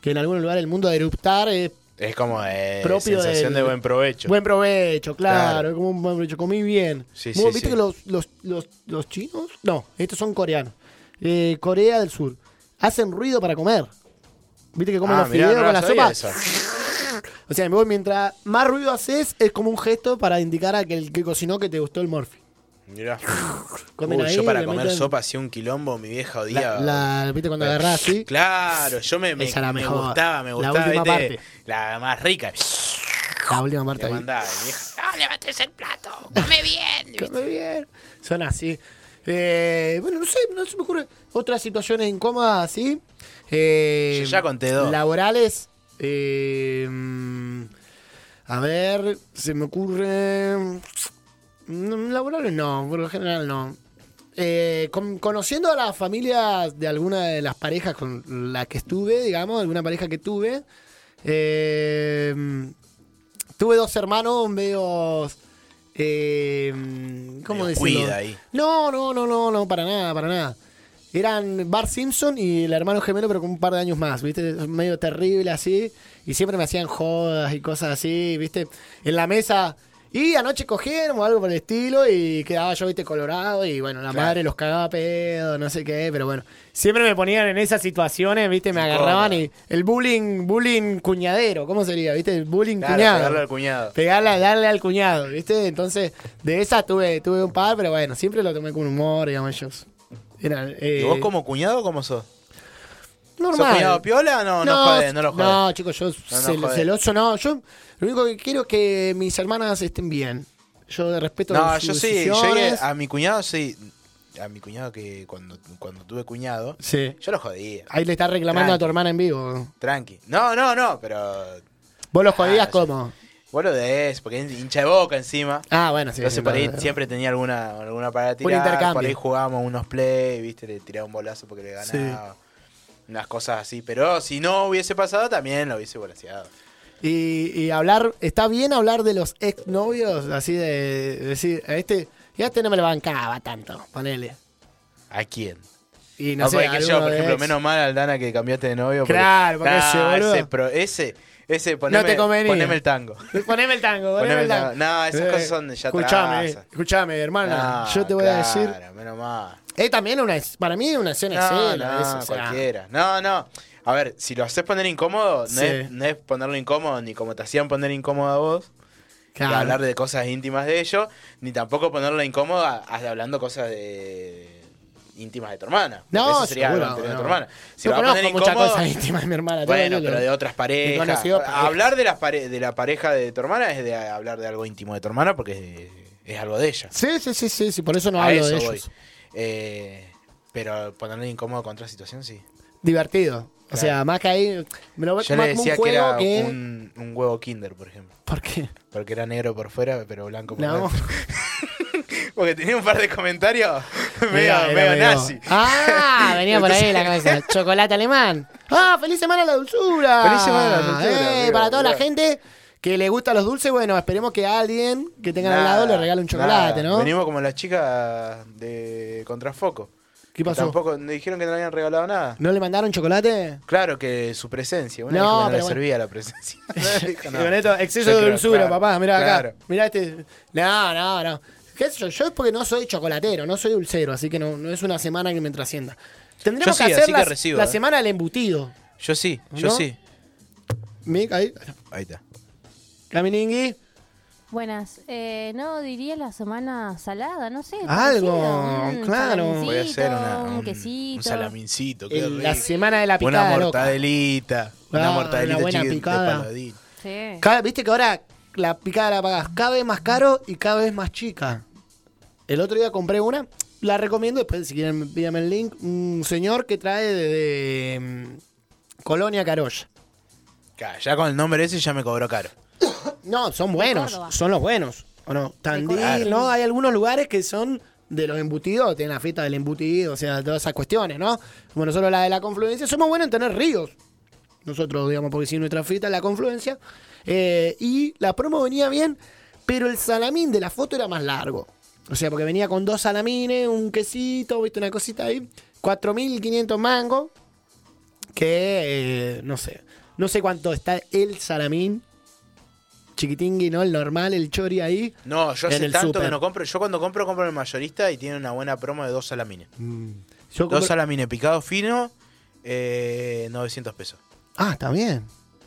que en algún lugar del mundo de eruptar es Es como eh, Propio sensación del- de buen provecho. buen provecho, claro, Claro. es como un buen provecho, comí bien. Sí, ¿Vos sí, ¿Viste sí. que los, los, los, los chinos? No, estos son coreanos. Eh, Corea del Sur. Hacen ruido para comer. ¿Viste que comen Ah, los mirá, fideos no con la la sabía sopa? esa. O sea, vos mientras más ruido haces, es como un gesto para indicar a que el que cocinó que te gustó el morfi. Mirá. Comen Uy, ahí, yo para le comer meten sopa hacía un quilombo, mi vieja odiaba. La, la- ¿Viste cuando agarrás así? Claro, yo me, me, Esa la me mejor. gustaba, me La gustaba. última ¿viste? parte. La más rica. La última parte Te ahí. mandaba, mi vieja. No levantes el plato, come bien. Come bien. Son así. Eh, bueno, no sé, no se me ocurre otras situaciones incómodas así. Eh, Yo ya conté dos. Laborales. Eh, mm, a ver, se me ocurre. Mm, Laborales no, por lo general no. Eh, con- conociendo a las familias de alguna de las parejas con la que estuve, digamos, alguna pareja que tuve, eh, tuve dos hermanos medios. eh, ¿Cómo Medio decirlo? cuida ahí. No, no, no, no, no, para nada, para nada. Eran Bart Simpson y el hermano gemelo, pero con un par de años más, ¿viste? Medio terrible así. Y siempre me hacían jodas y cosas así, ¿viste? En la mesa. Y anoche cogieron o algo por el estilo y quedaba yo, ¿viste? Colorado y bueno, la Claro. madre los cagaba a pedo, no sé qué, pero bueno. Siempre me ponían en esas situaciones, ¿viste? Me agarraban y el bullying, bullying cuñadero, ¿cómo sería? ¿Viste? El bullying Claro, cuñado. pegarle al cuñado. Pegarle, darle al cuñado, ¿viste? Entonces, de esas tuve, tuve un par, pero bueno, siempre lo tomé con humor, digamos, ellos. Era, eh, ¿Y vos como cuñado cómo sos? ¿Sos normal. cuñado piola? No, no, jodes, no lo jodes. No, chicos, yo No, no cel- jodés. celoso no. Yo lo único que quiero es que mis hermanas estén bien. Yo de respeto No, sus yo sí, llegué decisiones. a mi cuñado, sí. A mi cuñado que cuando, cuando tuve cuñado, Sí. yo lo jodía. Ahí le estás reclamando Tranqui. a tu hermana en vivo. Tranqui. No, no, no, pero. ¿Vos los jodías Ah, cómo? Vos lo des, porque es hincha de boca encima. Ah, bueno, sí. Entonces no, por ahí no. siempre tenía alguna, alguna para Por tirar. intercambio. por ahí jugábamos unos play, viste, le tiraba un bolazo porque le ganaba. Unas cosas así. Pero si no hubiese pasado, también lo hubiese volaseado. Y, y hablar, está bien hablar de los exnovios, así de, decir, a este, ya este no me lo bancaba tanto, ponele. ¿A quién? Y no, No, sé, porque que alguno yo, por de ejemplo, ex. menos mal, Aldana, que cambiaste de novio. Ah, Claro, porque ese, boludo. ese, pro- ese, ese, poneme, te convenía. poneme el tango. Poneme el tango, poneme, Poneme el tango. Eh, No, esas cosas son de ya Escuchame, traza. escuchame, hermana. No, yo te voy a decir. Ah, claro, menos mal. Eh, también una, para mí es una escena No, de cena. no, eso, o sea, cualquiera. No, no. A ver, si lo haces poner incómodo, no, Sí. es, no es ponerlo incómodo ni como te hacían poner incómodo a vos, claro. de hablar de cosas íntimas de ellos, ni tampoco ponerlo incómodo a- a- hablando cosas de íntimas de tu hermana. No, Porque eso sería seguro, algo anterior a no. tu hermana. Si Yo lo vas a conozco poner muchas incómodo, cosas íntimas de mi hermana. te Bueno, digo, pero de otras parejas. conocido pareja. Hablar de, las pare- de la pareja de tu hermana es de hablar de algo íntimo de tu hermana porque es, es algo de ella. Sí, sí, sí, sí, sí, por eso no A hablo eso de voy. ellos. Eh, pero ponerle incómodo con otra situación, sí. Divertido. O sea, más que ahí. Me lo voy a Yo le tomar como decía un que juego era que. Un, un huevo kinder, por ejemplo. ¿Por qué? Porque era negro por fuera, pero blanco por No. dentro. Porque tenía un par de comentarios medio, Era- era medio medio- nazi. Ah, venía por ahí la cabeza. Chocolate alemán. Ah, feliz semana a la dulzura. Feliz semana a la dulzura, Eh, amigo, para toda la mirá. gente que le gusta los dulces, bueno, esperemos que alguien que tengan al lado le regale un chocolate, nada. ¿no? Venimos como las chicas de Contrafoco. ¿Qué que pasó? Tampoco, me dijeron que no le habían regalado nada. ¿No le mandaron chocolate? Claro que su presencia. Una No, no, que no pero le bueno. servía la presencia. Dijo, no. Con esto, exceso Yo de creo, dulzura, claro, papá. Mirá claro. acá. Mirá este. No, no, no. ¿Qué sé yo? Yo es porque no soy chocolatero, no soy dulcero, así que no, no es una semana que me trascienda. Tendremos Yo que sí, hacer así que la, recibo, la eh. semana del embutido. Yo sí, yo ¿No? sí. Mic, ahí. Ahí está. Caminingui. Buenas, eh, no diría la semana salada, no sé. Algo, parecido, un claro. salamincito, Voy a hacer una, un, un, quesito. un salamincito. qué el- La rico. semana de la picada una loca. mortadelita. Ah, una mortadelita una buena chiquita de picada. paladín. Sí. Cada- Viste que ahora la picada la pagás cada vez más caro y cada vez más chica. El otro día compré una, la recomiendo, después si quieren pídame el link, un señor que trae desde mm, Colonia Carolla. Claro, ya con el nombre ese ya me cobró caro. No, son buenos, Córdoba. son los buenos. ¿O no? Tandil, Córdoba. ¿no? Hay algunos lugares que son de los embutidos, tienen la fiesta del embutido, o sea, todas esas cuestiones, ¿no? Como nosotros la de la confluencia, somos buenos en tener ríos. Nosotros, digamos, porque si nuestra fiesta es la confluencia. Eh, y la promo venía bien, pero el salamín de la foto era más largo. O sea, porque venía con dos salamines, un quesito, viste, una cosita ahí. 4.500 mangos, que eh, no sé. No sé cuánto está el salamín chiquitingui, ¿no? El normal, el chori ahí. No, yo En hace el tanto súper. que no compro. Yo cuando compro, compro en el mayorista y tiene una buena promo de dos salamines. Yo Mm. Dos compro- salamines picados fino, eh, 900 pesos. Ah, está bien.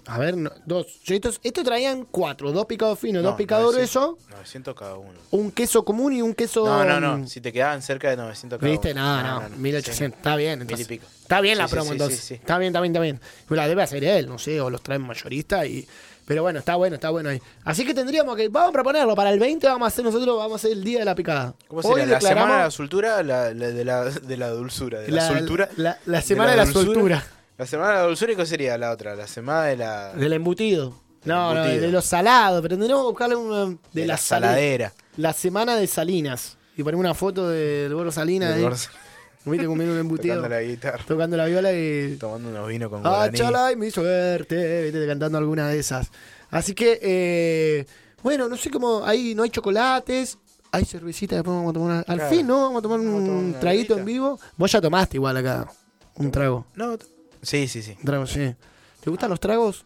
A ver, no- dos. Yo estos, estos traían cuatro. Dos picados finos, No, dos picados 900, gruesos, 900 cada uno. un queso común y un queso... No, no, no. Si te quedaban cerca de 900 cada ¿Viste? uno. No, no, 1800. Está bien, Mil y entonces. pico. Está bien Sí, la sí, promo, sí, entonces. sí, sí. Está bien, está bien, está bien. Pero la debe hacer él, no sé, o los traen mayorista y... Pero bueno, está bueno, está bueno ahí. Así que tendríamos que... Vamos a proponerlo. Para el 20 vamos a hacer nosotros, vamos a hacer el día de la picada. ¿Cómo Hoy será? ¿La declaramos semana de la soltura? La, la- de, la, de la dulzura. De la, La- soltura. la- la semana de la soltura. La semana de la dulzura y cuál sería la otra. La semana de la. Del embutido. No, no, embutido. de los salados. Pero tendríamos que buscarle un... De, de la, la salada. saladera. la semana de Salinas. Y ponemos una foto del Gordo Salinas. Del ahí. Gordo Salinas. Viste comiendo un embutido. Tocando la guitarra. Tocando la viola y. Tomando unos vinos con ¡Ah, guaraní. chala! Y mi suerte. Viste cantando alguna de esas. Así que, eh, bueno, no sé cómo. Ahí no hay chocolates. Hay cervecita. Después vamos a tomar una- Al Claro. fin, ¿no? Vamos a tomar Vamos a tomar un una traguito birrita. en vivo. Vos ya tomaste igual acá. Un trago. No, t- sí, sí, sí. Un trago, sí. ¿Te gustan los tragos?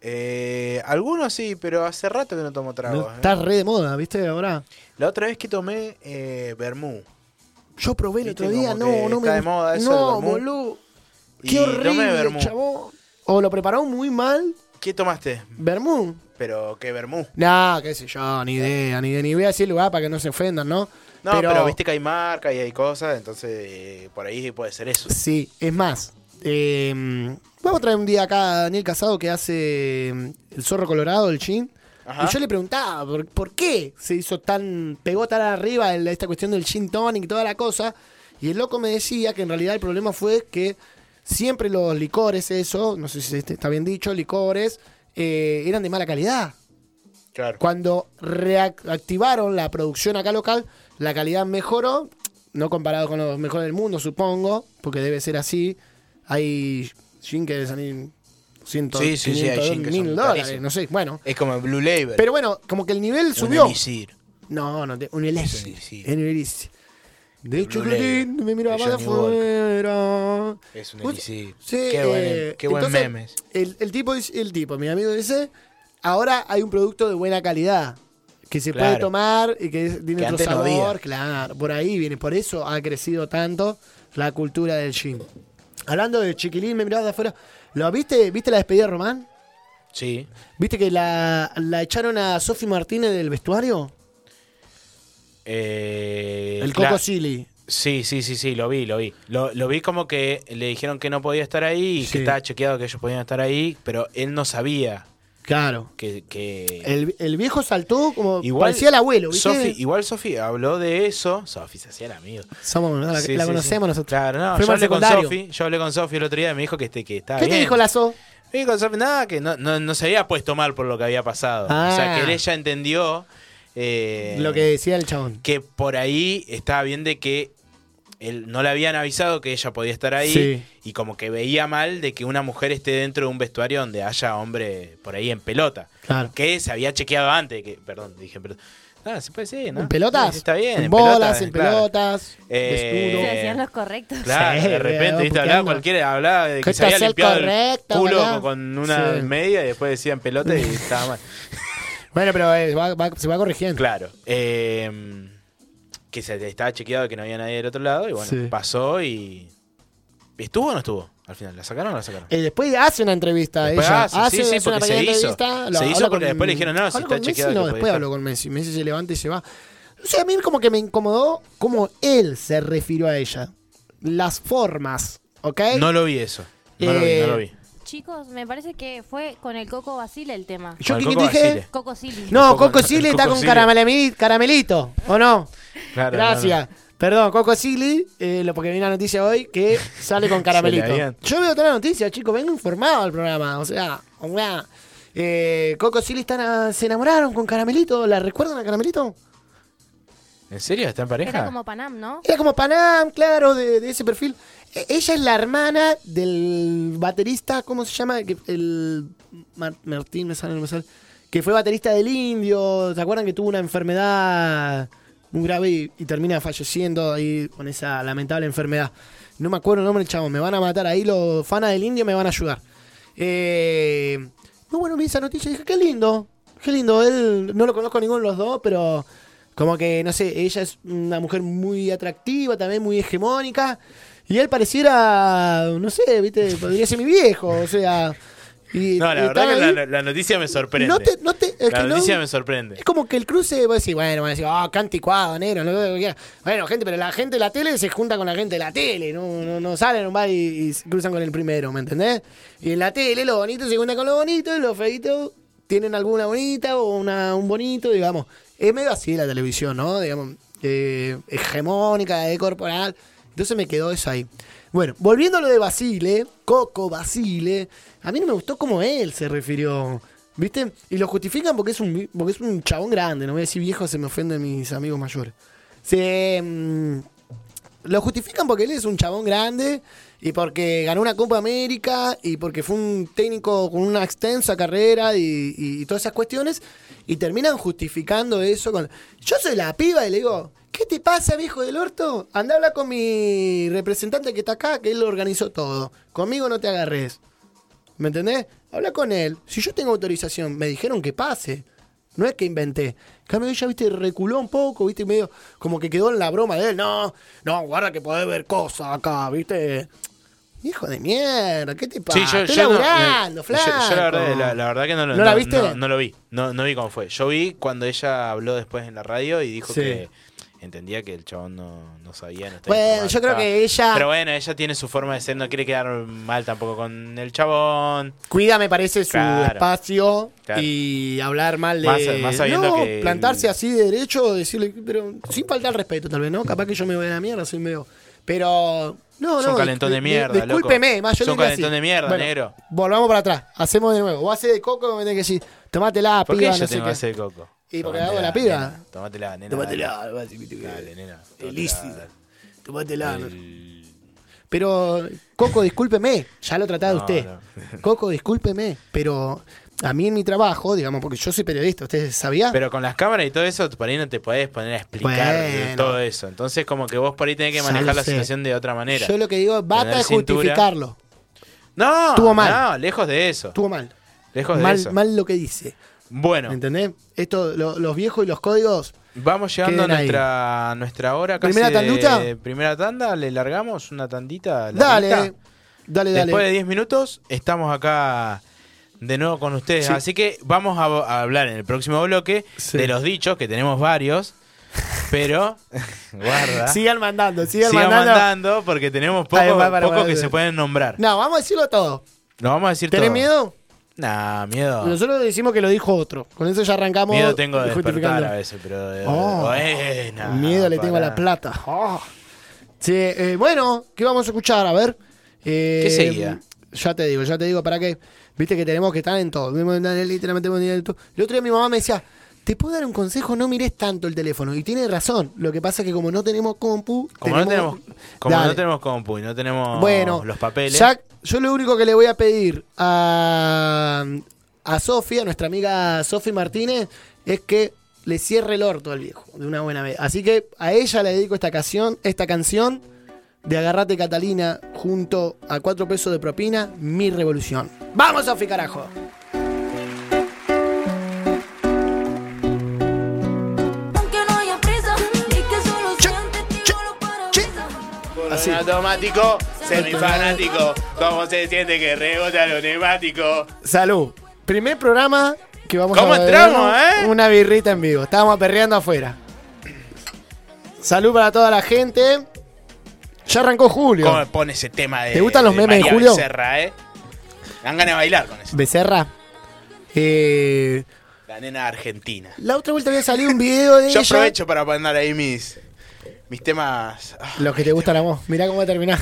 Eh, algunos sí, pero hace rato que no tomo tragos. No, eh. Está re de moda, ¿viste? Ahora. La otra vez que tomé eh, vermú. Yo probé el Viste, otro día, como no, que no me está de gust- moda eso del No, vermú. boludo. Y Qué tomé horrible, vermú. chabón. O lo preparó muy mal, ¿Qué tomaste? vermú. Pero qué vermú. No, qué sé yo, ni idea, ni idea, ni voy a decir lugar para que no se ofendan, ¿no? No, pero, viste que hay marca y hay cosas, entonces eh, por ahí puede ser eso. Sí, es más. eh, vamos a traer un día acá a Daniel Casado que hace eh, el zorro colorado, el chin. Ajá. Y yo le preguntaba, ¿por, por qué se hizo tan. pegó tan arriba el- esta cuestión del gin tonic y toda la cosa? Y el loco me decía que en realidad el problema fue que siempre los licores, eso, no sé si este- está bien dicho, licores, eh, eran de mala calidad. Claro. Cuando reactivaron la producción acá local, la calidad mejoró, no comparado con los mejores del mundo, supongo, porque debe ser así. Hay gin que salir 100, Sí, sí, sí, hay 500, gin que son 1000 dólares, carísimos. no sé, bueno. Es como el Blue Label. Pero bueno, como que el nivel Un subió. elixir. No, no, te- un elixir. elixir. Un elixir. De hecho, Blue Label. Clarín me miraba De de Johnny Walker. afuera. Es un Vos- elixir. Sí, qué buen, em- eh, qué buen entonces, memes. El, el tipo dice- el tipo, mi amigo dice, ahora hay un producto de buena calidad que se puede Claro. tomar y que es- tiene Que otro antes no sabor, había. claro, por ahí viene, por eso ha crecido tanto la cultura del gym. Hablando de Chiquilín, me miraba de afuera. ¿Lo viste? ¿Viste la despedida de Román? Sí. ¿Viste que la, la echaron a Sofi Martínez del vestuario? Eh, El cla- Coco Silly. Sí, sí, sí, sí, lo vi, lo vi. Lo, lo vi como que le dijeron que no podía estar ahí y Sí. que estaba chequeado que ellos podían estar ahí, pero él no sabía Claro. que... que- El, el viejo saltó como parecía el abuelo, ¿viste? Sofi- igual Sofi habló de eso. Sofi se hacía el amigo. Somos, ¿no? la, Sí, la sí, conocemos sí. nosotros. Claro, no, Fuimos yo al hablé con secundario. Sofi, yo hablé con Sofi el otro día y me dijo que, este, que estaba ¿Qué bien. te dijo la SO? Me dijo Sofi, nada, que no, no- no se había puesto mal por lo que había pasado. O sea, Ah. que él ella entendió eh, Lo que decía el chabón. que por ahí estaba bien de que él, no le habían avisado que ella podía estar ahí Sí. y como que veía mal de que una mujer esté dentro de un vestuario donde haya hombre por ahí en pelota. Claro. Que se había chequeado antes, que, perdón, dije en pelota. Ah, se puede decir, ¿no? ¿En pelotas? Sí, Está bien. En, bolas, pelotas, en claro. pelotas. Eh, desnudo. Se hacían los correctos. Claro, Sí, de repente, veo, viste, hablaba puteando. cualquiera, hablaba de Que que se había estás el limpiado correcto, el culo ¿verdad? con- con una Sí. media y después decían pelota y estaba mal. Bueno, pero eh, va- va- se va corrigiendo. Claro. eh, que se estaba chequeado que no había nadie del otro lado y bueno, Sí. pasó y. ¿Estuvo o no estuvo? Al final, ¿la sacaron o no la sacaron? Eh, después hace una entrevista. Después ella hace, sí, sí, porque se pequeña hizo. lo- Se hizo habla porque después le dijeron, no, si habla está con Messi, chequeado que No, podía después estar. habló con Messi. Messi se levanta y se va. O sea, a mí como que me incomodó cómo él se refirió a ella. Las formas, ¿ok? No lo vi eso. No lo vi, no lo vi. eh, Chicos, me parece que fue con el Coco Basile el tema. Yo Con que el Coco dije... Basile. Coco Silly. No, Coco- Coco Silly el está Coco con Silly. caramelami- caramelito, ¿o no? Claro, Gracias. Perdón, Coco Silly, eh, lo porque vi una noticia hoy que sale con Se le caramelito. habían- Yo veo otra noticia, chicos, vengo informado al programa. O sea, o sea, eh, Coco Silly están a- se enamoraron con caramelito. ¿La recuerdan a caramelito? ¿En serio? ¿Está en Era pareja? como Panam, ¿no? Era como Panam, claro, de, de ese perfil. E- ella es la hermana del baterista, ¿cómo se llama? Que- El Mar- Martín, me sale, no me sale. Que fue baterista del Indio. ¿Se acuerdan que tuvo una enfermedad muy grave y, y termina falleciendo ahí con esa lamentable enfermedad? No me acuerdo el nombre, chavo. Me van a matar ahí. Los fanas del Indio me van a ayudar. Eh, no, bueno, vi esa noticia y dije, qué lindo. Qué lindo. Él no lo conozco a ninguno de los dos, pero como que, no sé, ella es una mujer muy atractiva, también muy hegemónica. Y él pareciera, no sé, viste, podría ser mi viejo, o sea. Y, No, y la estaba verdad que la, ahí. la- la noticia me sorprende. No te, no te, es la que no- noticia me sorprende. es como que el cruce va a decir, bueno, va a decir, ah, canticuado, negro, no, lo que quiera. Bueno, gente, pero la gente de la tele se junta con la gente de la tele, no, no, no salen nomás y, y se cruzan con el primero, ¿me entendés? Y en la tele lo bonito se junta con lo bonito y los feitos tienen alguna bonita o una, un bonito, digamos. Es medio así la televisión, ¿no? Digamos, eh, hegemónica, eh, corporal. Entonces me quedó eso ahí. Bueno, volviendo a lo de Basile, Coco Basile, a mí no me gustó cómo él se refirió ¿Viste? Y lo justifican porque es un, vi- porque es un chabón grande. No voy a decir viejo, se me ofenden mis amigos mayores. Se. mm, lo justifican porque él es un chabón grande y porque ganó una Copa América y porque fue un técnico con una extensa carrera y, y- y todas esas cuestiones y terminan justificando eso con... Yo soy la piba y le digo, ¿qué te pasa viejo del orto? Anda a hablar con mi representante que está acá, que él lo organizó todo. Conmigo no te agarres. ¿Me entendés? Habla con él. Si yo tengo autorización, me dijeron que pase. No es que inventé. En Cambio ella, viste, reculó un poco, viste, medio como que quedó en la broma de él. No, no, guarda que podés ver cosas acá, viste. Hijo de mierda, ¿qué te pasa? Estoy no- laburando, eh, yo- flaco. yo la, verdad, la- la verdad que no lo ¿No la viste? No, no lo vi. No, no vi cómo fue. Yo vi cuando ella habló después en la radio y dijo Sí. que entendía que el chabón no, no sabía. no estaba Bueno, informado, yo creo estaba- que ella- Pero bueno, ella tiene su forma de ser, no quiere quedar mal tampoco con el chabón. Cuida, me parece, su Claro. espacio Claro. y hablar mal de. Más- más sabiendo no, que- plantarse así de derecho, decirle. Pero sin faltar respeto, tal vez, ¿no? Capaz que yo me voy a la mierda, soy medio. Pero. No, Es no. un calentón de dis- mierda, dis- Discúlpeme, loco. más yo Es un le diría calentón así. de mierda, Bueno, negro. Volvamos para atrás, hacemos de nuevo. Vos haces de coco, me tenés que decir. Tomátela, ¿Por qué piba, ella no sé tengo qué. que hacer coco? Y porque Tomátela, hago la piba. nena. Tomátela, nena. Tomátela, dale. algo así, viste que- Dale, nena. ilícita. Tomátela. Tomátela. no- El- Pero, Coco, discúlpeme, ya lo trataba No, usted. Coco, discúlpeme, pero a mí en mi trabajo, digamos, porque yo soy periodista, ¿usted sabía? Pero con las cámaras y todo eso, por ahí no te podés poner a explicar Bueno. todo eso. Entonces, como que vos por ahí tenés que Ya manejar lo la sé. situación de otra manera. yo lo que digo es, bata Tener de cintura. justificarlo. No, Estuvo mal. no, lejos de eso. Estuvo mal. Lejos de eso. Mal, mal lo que dice. Bueno, ¿Me entendés? Esto, lo- los viejos y los códigos. vamos llegando a Queden ahí. nuestra, nuestra hora casi. ¿Primera de- tanduta? Primera tanda, le largamos una tandita. Dale, larguita. dale, dale. Después de 10 minutos, estamos acá de nuevo con ustedes. Sí. Así que vamos a, a hablar en el próximo bloque Sí. de los dichos, que tenemos varios. Pero, guarda. Sigan mandando, sigan, Sigan mandando. mandando. porque tenemos poco, Ahí va, para, poco para, que para. se pueden nombrar. No, vamos a decirlo todo. Nos vamos a decir ¿Tenés todo. miedo? Nah, miedo. Nosotros decimos que lo dijo otro. Con eso ya arrancamos. Miedo tengo de despertar justificando. a veces, pero... eh, Oh, bueno, miedo le tengo a la pará. plata. Oh. Sí, eh, bueno, ¿qué vamos a escuchar? A ver. Eh, ¿Qué seguía? Ya te digo, ya te digo, ¿para qué? Viste que tenemos que estar en todo. Literalmente tenemos que estar en todo. El otro día mi mamá me decía, ¿te puedo dar un consejo? No mires tanto el teléfono. Y tiene razón. Lo que pasa es que como no tenemos compu... Como no tenemos, como Dale. no tenemos compu y no tenemos Bueno, Oh, los papeles... Jack, yo lo único que le voy a pedir a, a Sofía, nuestra amiga Sofi Martínez, es que le cierre el orto al viejo, de una buena vez. Así que a ella le dedico esta canción, esta canción de Agarrate Catalina junto a cuatro pesos de propina, mi revolución. ¡Vamos, Sofi, carajo! Aunque no haya prisa y que solo Che, sean testigos che, los che. parabrisas. Así. automático, semifanático, ¿cómo se siente que rebota lo neumático? Salud. Primer programa que vamos ¿Cómo a beber entramos, eh? Una birrita en vivo. Estábamos perreando afuera. Salud para toda la gente. Ya arrancó Julio. ¿Cómo me pone ese tema de ¿Te gustan los memes de María Julio? Becerra, eh? Dan ganas de bailar con eso. Becerra. Eh, La nena argentina. la otra vuelta había salido un video de Yo ella. aprovecho para mandar ahí mis, mis temas. Ah, Los que te gustan a vos. Mirá cómo va a terminar.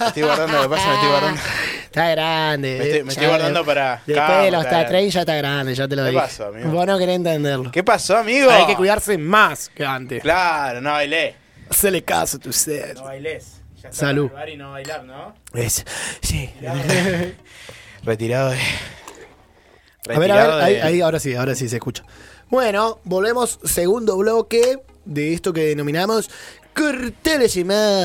me estoy guardando, lo que pasa, me estoy guardando. Está grande. Me estoy- me estoy guardando para- Después de Calma, los está bien. 30 ya está grande, ya te lo ¿Qué dije. pasó, amigo? Vos no querés entenderlo. ¿Qué pasó, amigo? Hay que cuidarse más que antes. Claro, no bailé. Hacele caso a tu ser. No bailés. Ya está Salud. y no bailar, ¿no? Es- sí. Retirado de... A ver, a ver, retirado ahí, de- ahí, ahora sí, ahora sí se escucha. Bueno, volvemos, segundo bloque de esto que denominamos Cartel de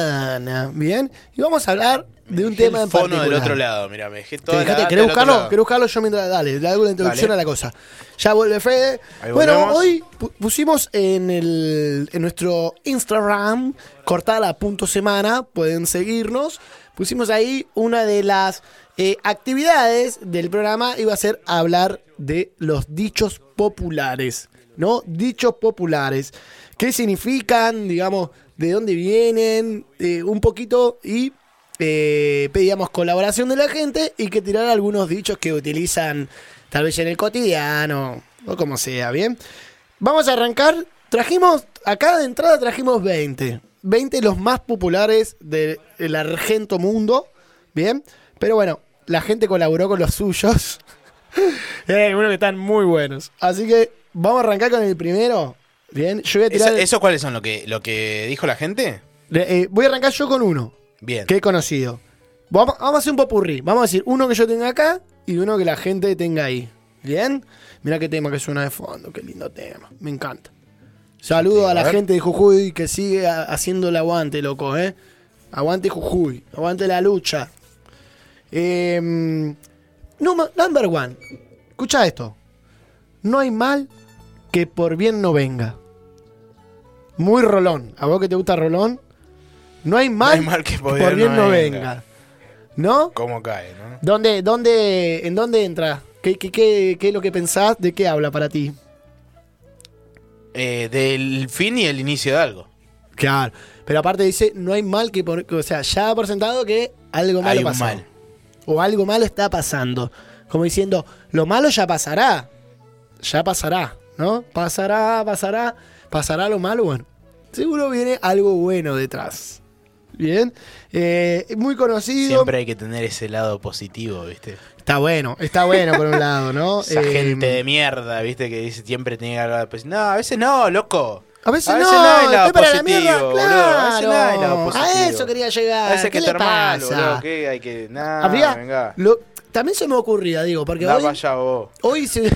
Semana. Bien, y vamos a hablar de un Dejé tema el en fono particular. del otro lado, mira, me dejé Te toda la dejaste- data ¿Querés del otro buscarlo? lado. ¿Querés buscarlo? Yo mientras, dale, le hago la introducción Dale. a la cosa. Ya vuelve Fede. Ahí Bueno, volvemos. hoy pu- pusimos en, el, en nuestro Instagram, cortala punto semana, pueden seguirnos. Pusimos ahí una de las eh, actividades del programa, iba a ser hablar de los dichos populares, ¿no? Dichos populares. ¿Qué significan, digamos, de dónde vienen, eh, un poquito y eh, pedíamos colaboración de la gente y que tirara algunos dichos que utilizan tal vez en el cotidiano o como sea, ¿bien? Vamos a arrancar. Trajimos, acá de entrada trajimos 20. 20 los más populares del el argento mundo, ¿bien? Pero bueno, la gente colaboró con los suyos. Eh, uno que están muy buenos. Así que vamos a arrancar con el primero. Bien, yo voy a tirar. ¿Eso- ¿Esos cuáles son? ¿Lo que, ¿Lo que dijo la gente? eh, voy a arrancar yo con uno. Bien. que he conocido. Vamos, vamos a hacer un popurrí. Vamos a decir uno que yo tenga acá y uno que la gente tenga ahí. ¿Bien? Mira qué tema que suena de fondo. Qué lindo tema. Me encanta. Saludo a la ver. gente de Jujuy que sigue a- haciendo el aguante, loco, ¿eh? Aguante Jujuy. Aguante la lucha. Eh, numa- number one. Escucha esto. No hay mal que por bien no venga. Muy rolón. ¿A vos que te gusta rolón? No hay mal, hay mal que por bien por bien no no venga. venga. ¿No? ¿Cómo cae, no? ¿Dónde, dónde, ¿En dónde entra? ¿Qué, qué, qué, qué es lo que pensás? ¿De qué habla para ti? Eh, del fin y el inicio de algo. Claro. Pero aparte dice, no hay mal que por... O sea, ya por sentado que algo malo Hay un pasó. mal. O algo malo está pasando. Como diciendo, lo malo ya pasará. Ya pasará, ¿no? Pasará, pasará. Pasará lo malo, bueno. Seguro viene algo bueno detrás. Bien. Eh, muy conocido. Siempre hay que tener ese lado positivo, ¿viste? Está bueno, está bueno por un lado, ¿no? Esa Eh, gente de mierda, ¿viste? Que dice siempre tiene que hablar positivo. No, a veces no, loco. A veces, no hay no, lado estoy para la positivo, mierda, boludo. claro. A veces no hay lado positivo. A eso quería llegar. A veces hay Ah, ¿Qué que le estar mal, pasa? boludo. Que hay que. Nah, Habría- Ah, venga. lo- también se me ocurría, digo, porque Da hoy, para allá vos. hoy se...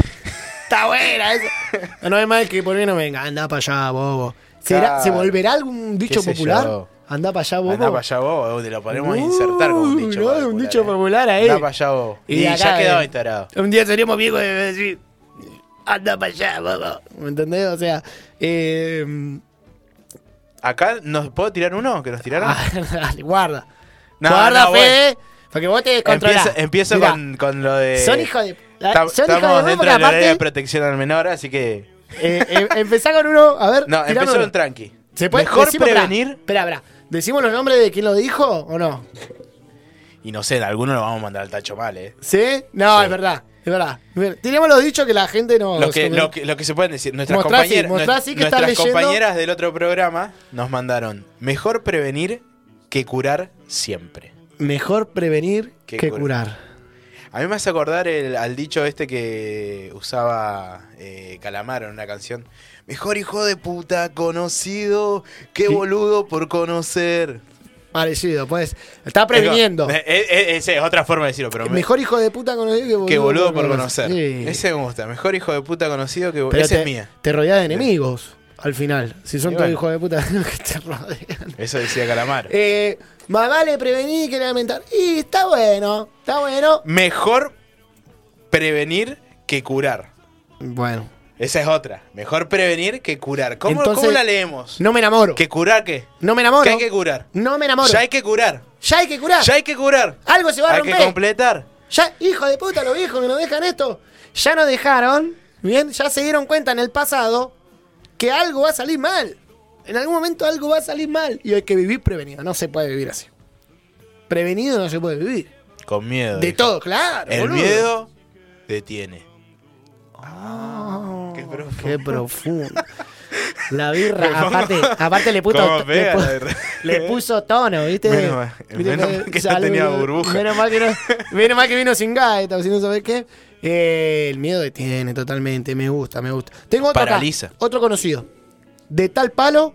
Está buena esa. No hay mal que por mí no venga. Anda para allá, bobo. ¿Será- Claro. ¿Se volverá algún dicho sé popular? yo. Anda para allá, bobo. Andá para allá vos, donde lo podemos insertar como un Uy, dicho. no, popular, un dicho eh. popular ahí. Andá para allá vos. Y Y, de acá, ya quedó eh. ahí tarado. Un día seríamos viejos de decir, anda para allá, bobo. ¿Me entendés? O sea, eh, Acá, ¿nos puedo tirar uno que nos tiraron? Ah, dale, guarda. No, guarda, no, Fede. Porque vos te descontrolás. Empiezo, empiezo Mirá, con, con lo de. Son hijos de. la- Tam- son hijos Estamos de dentro de la área de aparte. protección al menor, así que. eh, eh, empezá con uno. A ver. No, tirame empezó uno. un tranqui. ¿Se puede Mejor decimos- pará, prevenir. Espera, espera. ¿Decimos los nombres de quién lo dijo o no? Y no sé, en alguno lo vamos a mandar al tacho mal, ¿eh? ¿Sí? No, Sí. es verdad. Es verdad. Mira, Tenemos los dichos que la gente no. Lo que, lo, que, lo que se pueden decir. Nuestras, Mostrá así, compañeras, mostrá nues- así que estás nuestras leyendo. compañeras del otro programa nos mandaron: mejor prevenir que curar siempre. Mejor prevenir Qué que cura. curar. A mí me hace acordar el, al dicho este que usaba eh, Calamaro en una canción. Mejor hijo de puta conocido que Sí. boludo por conocer. Parecido, pues. Está previniendo. Eh, eh, eh, Esa es otra forma de decirlo, pero me- Mejor hijo de puta conocido que boludo, que boludo por conocer. Sí. Ese me gusta. Mejor hijo de puta conocido que boludo. Pero Esa te, es mía. Te rodeas de enemigos al final. Si son Y todos bueno. hijos de puta los que te rodean. Eso decía Calamaro. Eh, más vale prevenir que lamentar. Y está bueno, está bueno. Mejor prevenir que curar. Bueno, Esa es otra. Mejor prevenir que curar. ¿Cómo, Entonces, cómo la leemos? no me enamoro. ¿Que curar qué? No me enamoro. ¿Qué hay que curar? No me enamoro. Ya hay que curar. Ya hay que curar. Ya hay que curar. Algo se va a Hay romper. que completar. Ya, hijo de puta, los viejos que nos dejan esto. Ya nos dejaron. Bien, ya se dieron cuenta en el pasado que algo va a salir mal. En algún momento algo va a salir mal. Y hay que vivir prevenido. No se puede vivir así. Prevenido no se puede vivir. Con miedo. De dijo. todo, claro. El boludo. miedo detiene. Oh, Ah, Qué Ah. profundo. Qué profundo. La Me birra, pongo- aparte, aparte le, puto- ¿Cómo le, pega pu- la birra? le puso tono, ¿viste? Eh. Menos mal- Viste, menos me- mal que no salud. tenía burbuja. Menos mal que, no- menos mal que vino sin gaita, si no sabés qué. Eh, el miedo detiene totalmente, me gusta, me gusta. Tengo otro acá, Paraliza. otro conocido. De tal palo,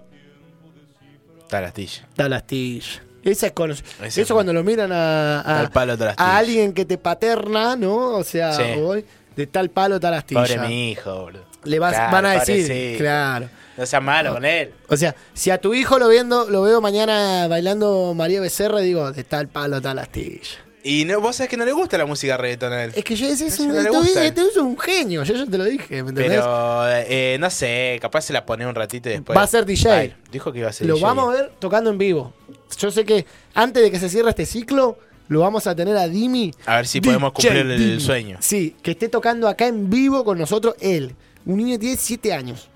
Tarastilla. tal astilla. Esa es conoc- Ese Eso es- cuando lo miran a, a- Tal palo, tal a astilla. alguien que te paterna, ¿no? O sea, Sí. hoy, de tal palo, tal astilla. Pobre mi hijo, boludo. Le vas, Claro, van a pobre, decir, sí. claro. No seas malo con él. O sea, si a tu hijo lo viendo, lo veo mañana bailando María Becerra, digo, está el palo, está la astilla. Y no, vos sabés que no le gusta la música reggaeton a él. Es que yo ese es Eso un, no le este- gusta. este es un genio, yo ya te lo dije, ¿me entendés? Pero, eh, no sé, capaz se la pone un ratito y después. Va a ser DJ. Ay, dijo que iba a ser lo DJ. vamos a ver tocando en vivo. Yo sé que antes de que se cierre este ciclo, lo vamos a tener a Dimi. A ver si podemos DJ cumplir el Dimi. sueño. Sí, que esté tocando acá en vivo con nosotros él. Un niño tiene 7 años.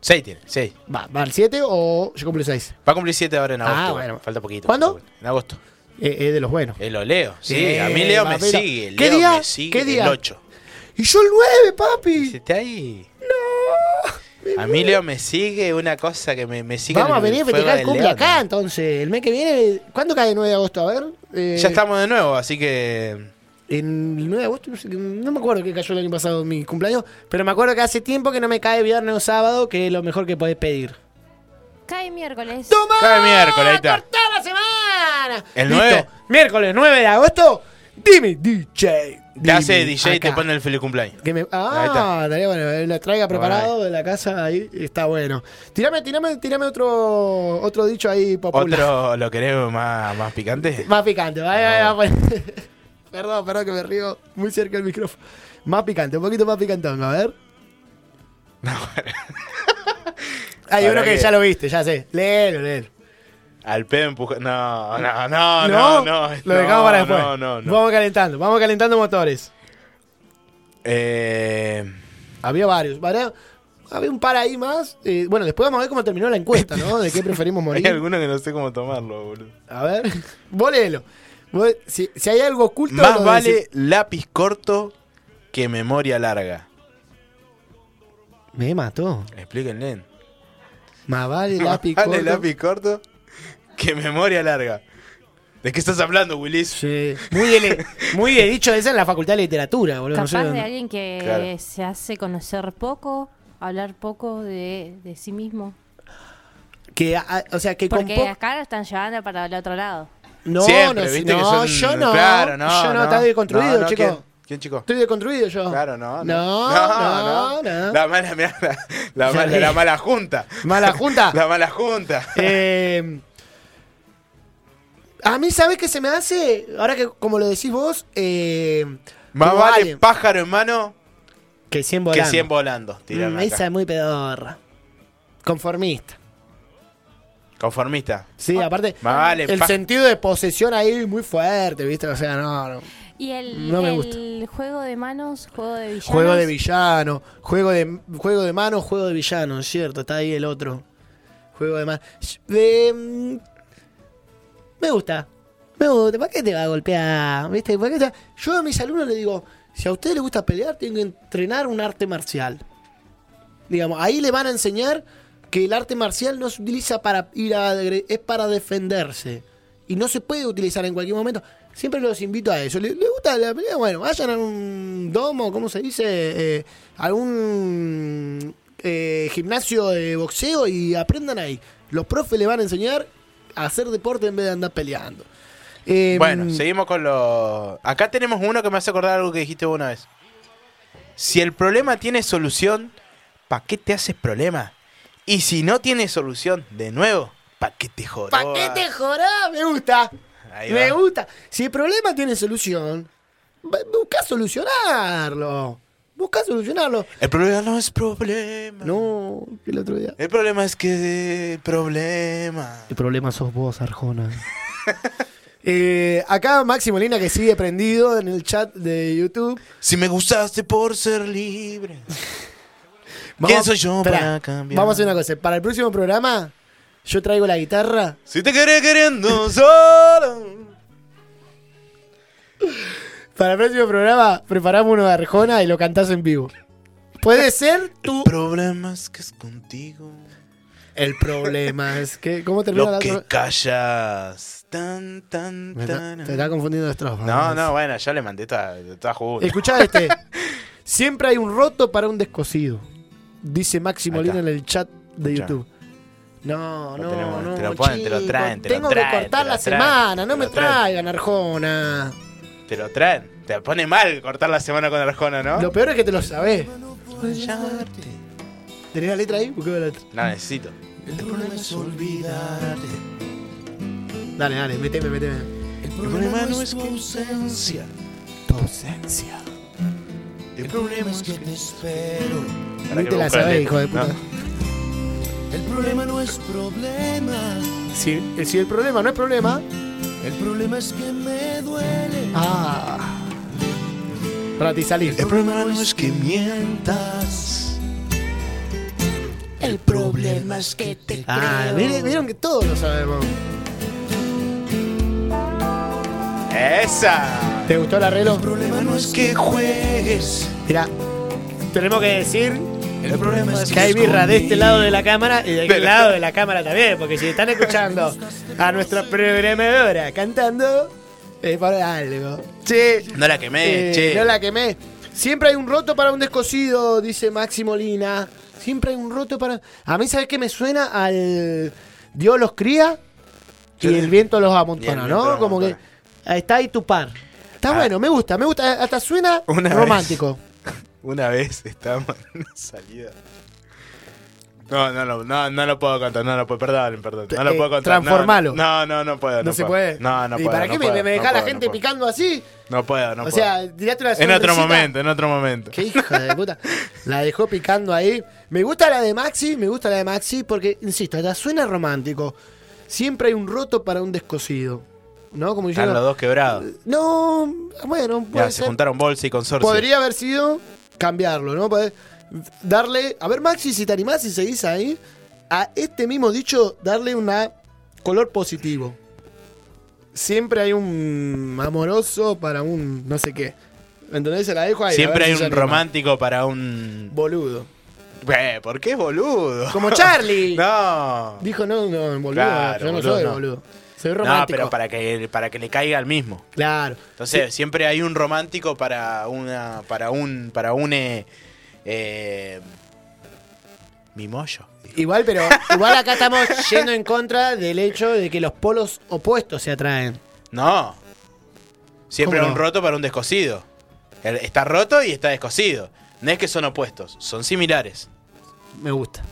Seis tiene, seis. Va, ¿va al 7 o yo cumplo 6? Va a cumplir siete ahora en Ah, agosto. bueno. Falta poquito. ¿Cuándo? falta poquito. En agosto. Es de los buenos. Eh, lo leo. Sí, Bien, a mí Leo me papito. sigue. Leo ¿Qué día? me sigue ¿Qué día? el 8. Y yo el 9, papi. ¿Está ahí? No. A mí Leo me sigue una cosa que me, me sigue. Vamos a en el venir a fuego festejar el del cumple León. acá, entonces. El mes que viene, ¿cuándo cae el 9 de agosto? A ver. eh, Ya estamos de nuevo, así que en el 9 de agosto, no, sé, no me acuerdo que cayó el año pasado mi cumpleaños, pero me acuerdo que hace tiempo que no me cae viernes o sábado, que es lo mejor que podés pedir. Cae miércoles. Cada miércoles, ahí está. ¡Cortá la semana! El Listo, 9. Miércoles 9 de agosto, dime DJ. Te hace dime DJ y te acá. pone el feliz cumpleaños. Que me- Ahí ah, está. estaría bueno. eh, La traiga preparado de la casa, ahí está bueno. Tirame, tirame, tirame otro, otro dicho ahí popular. ¿Otro lo querés más, más picante? Más picante, va, Ah. va, va, va. Perdón, perdón que me río muy cerca del micrófono. Más picante, un poquito más picantón, a ver. Hay Para uno que que- ya lo viste, ya sé. Léelo, léelo. Al pedo empuja. No, no, no, no, no. no, Lo dejamos para después. No, no, no. Vamos calentando, vamos calentando motores. Eh, Había varios, varios- Había un par ahí más. eh, bueno, después vamos a ver cómo terminó la encuesta, ¿no? De qué preferimos hay morir. alguno que no sé cómo tomarlo, boludo. A ver, vos léelo. Vos- si, si hay algo oculto... Más lo vale decís. lápiz corto que memoria larga. Me mató. Explíquenle. Más vale lápiz Más vale corto. Ah, lápiz corto que memoria larga. ¿De qué estás hablando, Willis? Sí. Muy de, muy de dicho esa en la Facultad de Literatura, boludo. no sé Capaz de dónde. alguien que Claro. se hace conocer poco, hablar poco de, de sí mismo. que, a- o sea, que Porque con po- acá lo están llevando para el otro lado. No, Siempre, no, viste que no, son- yo no. Claro, no. yo no, está deconstruido, No, no, chico. ¿quién? ¿Quién, chico? Estoy deconstruido yo. Claro, no. No, no, no. La mala, mirá, la, la Ya mala, vi. la mala junta. ¿Mala junta? La mala junta. Eh, a mí, ¿sabes qué se me hace? Ahora que, como lo decís vos, eh, Más como vale alguien- pájaro en mano que 100 que volando. 100 volando. tiraron Mm, acá. esa es muy pedorra. Conformista. Conformista. Sí, Ah. aparte. Más vale el pa- sentido de posesión ahí muy fuerte, ¿viste? O sea, no, no. Y el, No me el juego de manos, juego de villanos. Juego de villano, juego de juego de mano, juego de villano, es cierto, está ahí el otro. Juego de mano. me gusta. Me gusta, ¿para qué te va a golpear? ¿Viste? ¿Para qué te va- Yo a mis alumnos les digo, si a ustedes les gusta pelear, tienen que entrenar un arte marcial. Digamos, ahí le van a enseñar que el arte marcial no se utiliza para ir a agre- es para defenderse. Y no se puede utilizar en cualquier momento. Siempre los invito a eso. ¿Les, les gusta la pelea? Bueno, vayan a un domo, ¿cómo se dice? Eh, algún eh, gimnasio de boxeo y aprendan ahí. Los profes le van a enseñar a hacer deporte en vez de andar peleando. Eh, Bueno, seguimos con los. Acá tenemos uno que me hace acordar algo que dijiste vos una vez. Si el problema tiene solución, ¿para qué te haces problema? Y si no tiene solución, de nuevo, ¿para qué te jodas? ¿Para qué te jorás? Me gusta. Ahí Me va. gusta. Si el problema tiene solución, bu- busca solucionarlo. Busca solucionarlo. El problema no es problema. No, que el otro día. El problema es que el problema. El problema sos vos, Arjona. Eh, acá Maxi Molina que sigue prendido en el chat de YouTube. Si me gustaste por ser libre. Vamos- ¿Quién soy yo Esperá, para cambiar? Vamos a hacer una cosa. Para el próximo programa, yo traigo la guitarra. Si te querés queriendo solo. Para el próximo programa, preparamos uno de Arjona y lo cantás en vivo. Puede ser tu. Problema es que es contigo. El problema es que. ¿Cómo termina Lo la que otra? callas. Tan, tan, Me está- tan. te está confundiendo de estrofa. No, no, bueno, ya le mandé toda, toda junta. Escuchá este. Siempre hay un roto para un descosido. Dice Maxi Ahí Molina en está. el chat de Escuchá. YouTube. No, Lo no, tenemos, no. te lo ponen, te lo chico, traen, te lo Tengo traen, que cortar te la lo traen, semana, no te me lo traen. traigan, Arjona. Te lo traen. Te pone mal cortar la semana con Arjona, ¿no? Lo peor es que te lo sabés. ¿Tenés la letra ahí? Buscá la letra. No, necesito. El problema es olvidarte. Dale, dale, meteme, meteme. El problema no es tu ausencia. Tu ausencia. El problema es que te espero. Ni te la sabés, hijo de puta. El problema no es problema, Si, si el problema no es problema. el problema es que me duele. Ah. Rati, salí. El problema no es que mientas. El problema es que te Ah, ¿vieron, vieron que todos lo sabemos. ¡Esa! ¿Te gustó el arreglo? problema no es que juegues. Mirá, tenemos que decir El problema es que hay birra de este lado de la cámara y de aquel Pero- lado de la cámara también, porque si están escuchando a nuestra programadora cantando, Es para algo. Che. No la quemé, Eh, che. No la quemé. Siempre hay un roto para un descosido, dice Maxi Molina. Siempre hay un roto para. A mí, ¿sabes qué me suena? Al. Dios los cría y el viento los amontona, viento ¿no? los Como que. amontona. Ah. ahí Está ahí tu par. Está bueno, me gusta, me gusta. Hasta suena Una vez. romántico. Una vez estábamos en una salida. No, no, lo- no, no lo puedo contar, no lo puedo, perdón, perdón, no lo Eh, puedo contar. no, transformalo. No, no, no puedo. No, No se puedo. puede. No, no ¿Y puedo. para no qué me- puedo, me, deja no la puedo, gente no puedo. picando así? No puedo, no o puedo. sea, tirate una en otro sonrisita. momento, en otro momento. Qué hijo de puta. La dejó picando ahí. Me gusta la de Maxi, me gusta la de Maxi porque, insisto, hasta suena romántico. Siempre hay un roto para un descosido. ¿No? Como Están los diciendo. dos quebrados. No, bueno, Eh, puede Ya, se ser. juntaron bolsa y consorcio. Podría haber sido cambiarlo, ¿no? Poder darle. A ver, Maxi, si te animás y seguís ahí, a este mismo dicho, darle una color positivo. Siempre hay un amoroso para un no sé qué. ¿Entendés? Se la dejo ahí. a Siempre ver hay si se un anima. romántico para un. Boludo. Eh, ¿Por qué boludo? Como Charlie. No. Dijo, no, no, boludo. Claro, yo no boludo, soy no. boludo. Soy No, romántico. pero para que, para que le caiga al mismo. Claro. Entonces, siempre hay un romántico para una. para un. para un. Eh, eh, mimollo. Igual, pero igual acá estamos yendo en contra del hecho de que los polos opuestos se atraen. No. Siempre hay ¿Cómo un no? roto para un descosido. El- Está roto y está descosido. No es que son opuestos, son similares. Me gusta.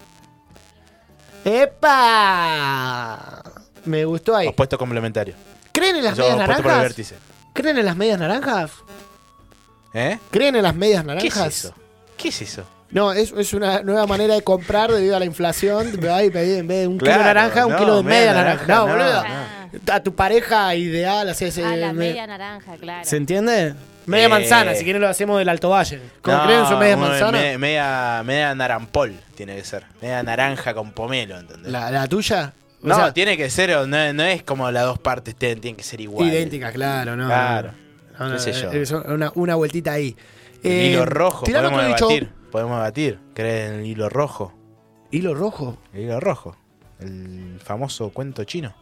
¡Epa! Me gustó ahí. Opuesto complementario. ¿Creen en las Yo medias apuesto por el naranjas? vértice. ¿Creen en las medias naranjas? ¿Eh? ¿Creen en las medias ¿Qué es naranjas? eso? ¿Qué es eso? No, es, es una nueva manera de comprar debido a la inflación. Te vas y pedís en vez de un Claro, kilo de naranja, un no, kilo de media, media naranja. naranja, No, no, boludo. Ah, A tu pareja ideal, así es. a eh, la me- media naranja, claro. ¿Se entiende? Media Eh. manzana, si quieren lo hacemos del Alto Valle. ¿Cómo No, creen su media uno de manzana? me- media, media narampol tiene que ser. Media naranja con pomelo, ¿entendés? La, la tuya? O no, sea, tiene que ser, o no, no es como las dos partes ten- tienen que ser iguales. idéntica, claro, no. Claro. No, no, Qué sé yo. eh, son una, una vueltita ahí. El Eh, hilo rojo, tirame podemos otro debatir. dicho. Podemos debatir. ¿Crees en el hilo rojo? ¿Hilo rojo? El hilo rojo. El famoso cuento chino.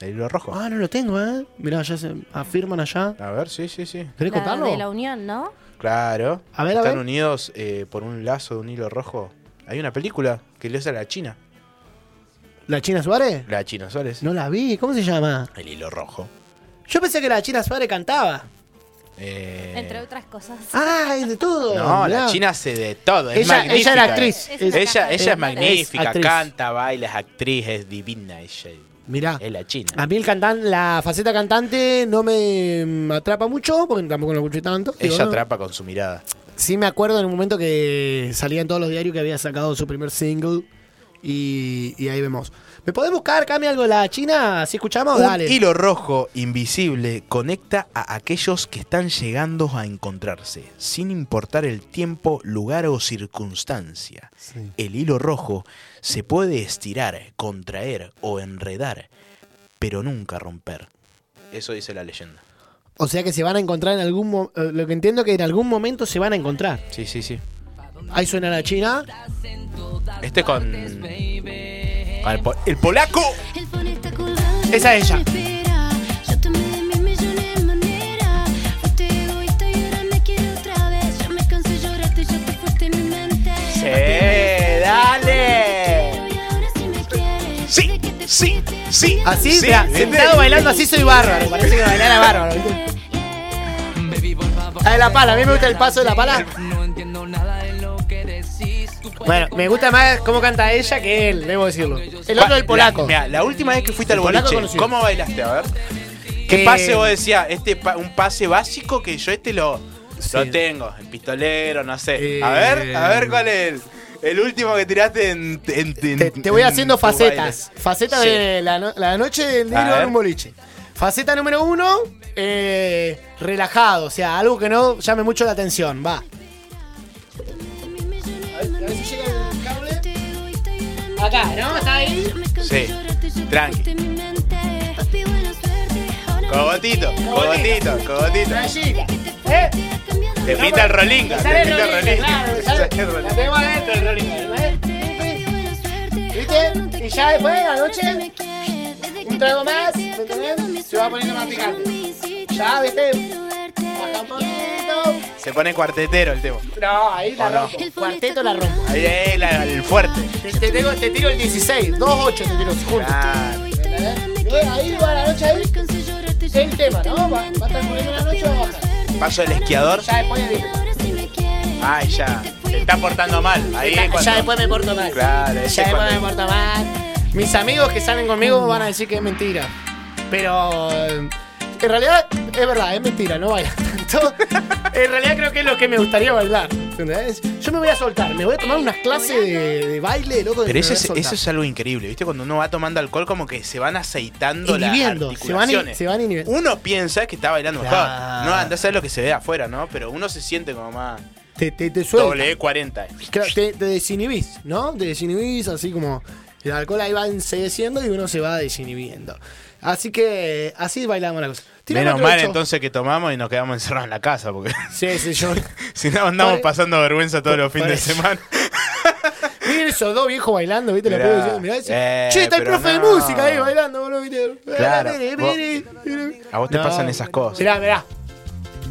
El hilo rojo. Ah, no lo tengo, ¿eh? Mirá, ya se afirman allá. A ver, sí, sí, sí. ¿Querés La de contarlo? la unión, ¿no? Claro. A ver, a Están ver. unidos eh, por un lazo de un hilo rojo. Hay una película que le hace a la China. ¿La China Suárez? La China, ¿sabes? No la vi, ¿cómo se llama? El hilo rojo. Yo pensé que la China Suárez cantaba. Eh, Entre otras cosas. Ah, es de todo. No, mirá. la China hace de todo. Es Ella- ella magnífica. eh. era actriz. Es una Ella, caja ella de es hermanas. magnífica, actriz. canta, baila, es actriz, es divina ella. Mirá. Es la China. A mí el cantan, la faceta cantante no me mm, atrapa mucho, porque tampoco lo escuché tanto. Digo, ella no. atrapa con su mirada. Sí me acuerdo en un momento que salía en todos los diarios que había sacado su primer single. Y, y ahí vemos. ¿Me podés buscar, Cami, algo de la China? ¿Si escuchamos? Oh, Dale. Un hilo rojo invisible conecta a aquellos que están llegando a encontrarse, sin importar el tiempo, lugar o circunstancia. El hilo rojo se puede estirar, contraer o enredar, pero nunca romper. Eso dice la leyenda. O sea que se van a encontrar en algún mo- eh, Lo que entiendo que en algún momento se van a encontrar. Sí, sí, sí. Ahí suena la China. Este con. con el, po- el polaco. Esa es ella. dale. Sí, sí, sí. Así, sí, mirá, ¿viste? sentado bailando así soy bárbaro. Parece que bailara bárbaro. ¿viste? Ah, de la pala. A mí me gusta el paso de la pala. Bueno, me gusta más cómo canta ella que él, debo decirlo. El otro el polaco. Mira, la última vez que fuiste El al polaco boliche, conocido. ¿cómo bailaste? A ver. ¿Qué Eh, pase vos decías? Este pa- un pase básico que yo este lo, Sí. lo tengo, el pistolero, no sé. Eh, a ver, a ver cuál es el, el último que tiraste en. en- en- Te, te voy en haciendo tus facetas. bailes. Faceta Sí. de la, no- la noche del A negro en ver. un boliche. Faceta número uno, eh, relajado, o sea, algo que no llame mucho la atención, va. Acá, ¿no? Está ahí. Sí. Tranqui. Cogotito, cogotito, cogotito. Rayita. ¿Eh? Te pinta el rolinga, te Sale el pinta el rolinga, claro, rolinga. sale- Sale el La rolinga. tengo adentro el rolinga, ¿eh? ¿Viste? Y ya después de la noche, un trago más, ¿me entendés? Se va poniendo más picante. Ya, viste. Quiero verte, yeah. Bajamoncito. Se pone cuartetero el tema. No, ahí la ¿O no? rompo. Cuarteto la rompo. Ahí es la- el fuerte. Te, te tengo- te tiro el 16, 2-8 te tiro juntos. Claro. ¿Entendés? Ahí va la noche ahí. Alcancé a llorarte El tema, ¿no? Va, va a estar poniendo la noche, va a bajar. Paso del esquiador. Ya después de Ahora sí me quieres. Ay, ya. Se está portando mal. Ahí es cuando. Ya después me porto mal. Claro, ese ya después cuando- me porto mal. Mis amigos que salen conmigo van a decir que es mentira. Pero eh, en realidad es verdad, es mentira, no bailan tanto. en realidad creo que es lo que me gustaría bailar. ¿entendés? Yo me voy a soltar, me voy a tomar unas clases de, de baile, loco. de Pero eso Pues me es, voy a eso es algo increíble, ¿viste? Cuando uno va tomando alcohol, como que se van aceitando Inhibiendo, las se van in- articulaciones. se van inhibiendo. Uno piensa que está bailando mejor. Claro. No, andás a ver lo que se ve afuera, ¿no? Pero uno se siente como más soltar. Te, te, te suelta. doble eh, 40. Claro, te, te desinhibís, ¿no? Te desinhibís, así como el alcohol ahí va ensegueciendo y uno se va desinhibiendo. Así que así bailamos la cosa. Tira Menos cuatro, mal ocho. entonces que tomamos y nos quedamos encerrados en la casa, porque Sí, sí, yo. si no andamos Pare- pasando vergüenza todos los fines de parece- semana. Miren esos dos viejos bailando, ¿viste? La Mirá, piba diciendo, mirá ese- eh, che, está el pero profe de no. música ahí bailando, boludo, ¿viste? Claro, Mire, vos- mire, mire. A vos te No. pasan esas cosas. Mirá, mirá.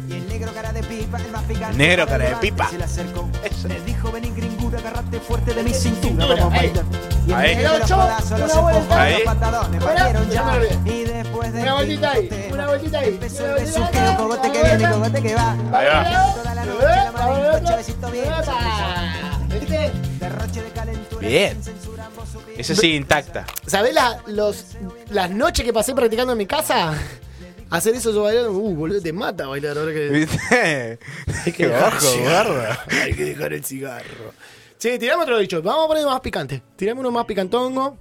Y el negro cara de pipa, el más picante. El negro cara de pipa. Se le acercó. Eso. Le dijo, vení gringudo, agarrate fuerte de mi cintura. Cintura, Vamos a ahí. bailar. Y el Ahí. negro de los Ocho, palazos los una vuelta. empujó, Ahí. los pantalones Pará, partieron ya. déjame ver. Y después de Una vueltita ahí, una vueltita ahí. Empezó una el vueltita acá, besuqueo, cogote que una viene, vuelta. cogote que va. Ahí va. Toda la noche, la manito, chavecito bien. ¡Epa! ¿Viste? Derroche de calentura. Bien. Censura, ambos subimos. Eso sí, intacta. ¿Sabés la- los- las noches que pasé practicando en mi casa? Hacer eso yo bailando, uh, boludo, te mata bailar ahora que. ¿Viste? Hay que Qué dejar el ojo, cigarro. guarda. Hay que dejar el cigarro. Sí, tirame otro dicho. Vamos a poner más picante. Tirame uno más picantongo.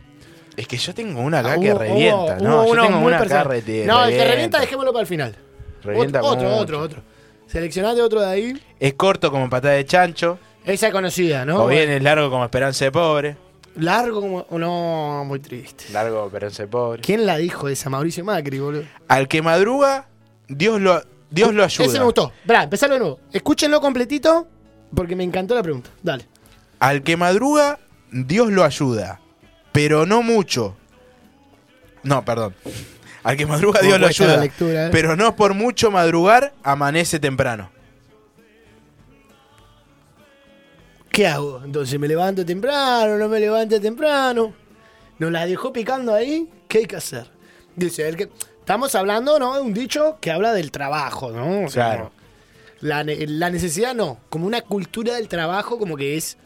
Es que yo tengo una acá Ah, que hubo- revienta. hubo- no, hubo yo uno tengo muy una acá personal. rete- No, el que revienta, dejémoslo para el final. Revienta otro, otro, mucho. otro, otro. Seleccionate otro de ahí. Es corto como patada de chancho. Esa es conocida, ¿no? o bien es largo como esperanza de pobre. Largo como. oh, No, muy triste. Largo como esperanza de pobre. ¿Quién la dijo esa? Mauricio Macri, boludo. Al que madruga, Dios lo, Dios lo ayuda. Uh, Ese me gustó. Pará, empezalo de nuevo. Escúchenlo completito porque me encantó la pregunta. Dale. Al que madruga, Dios lo ayuda. Pero no mucho. No, perdón. Al que madruga, Cómo Dios lo cuesta la ayuda. lectura, eh. Pero no por mucho madrugar, amanece temprano. ¿Qué hago? Entonces, ¿me levanto temprano? ¿No me levanto temprano? ¿Nos la dejó picando ahí? ¿Qué hay que hacer? Dice, el que... Estamos hablando, ¿no? De un dicho que habla del trabajo, ¿no? O sea, Claro. como La, ne- la necesidad no, como una cultura del trabajo como que es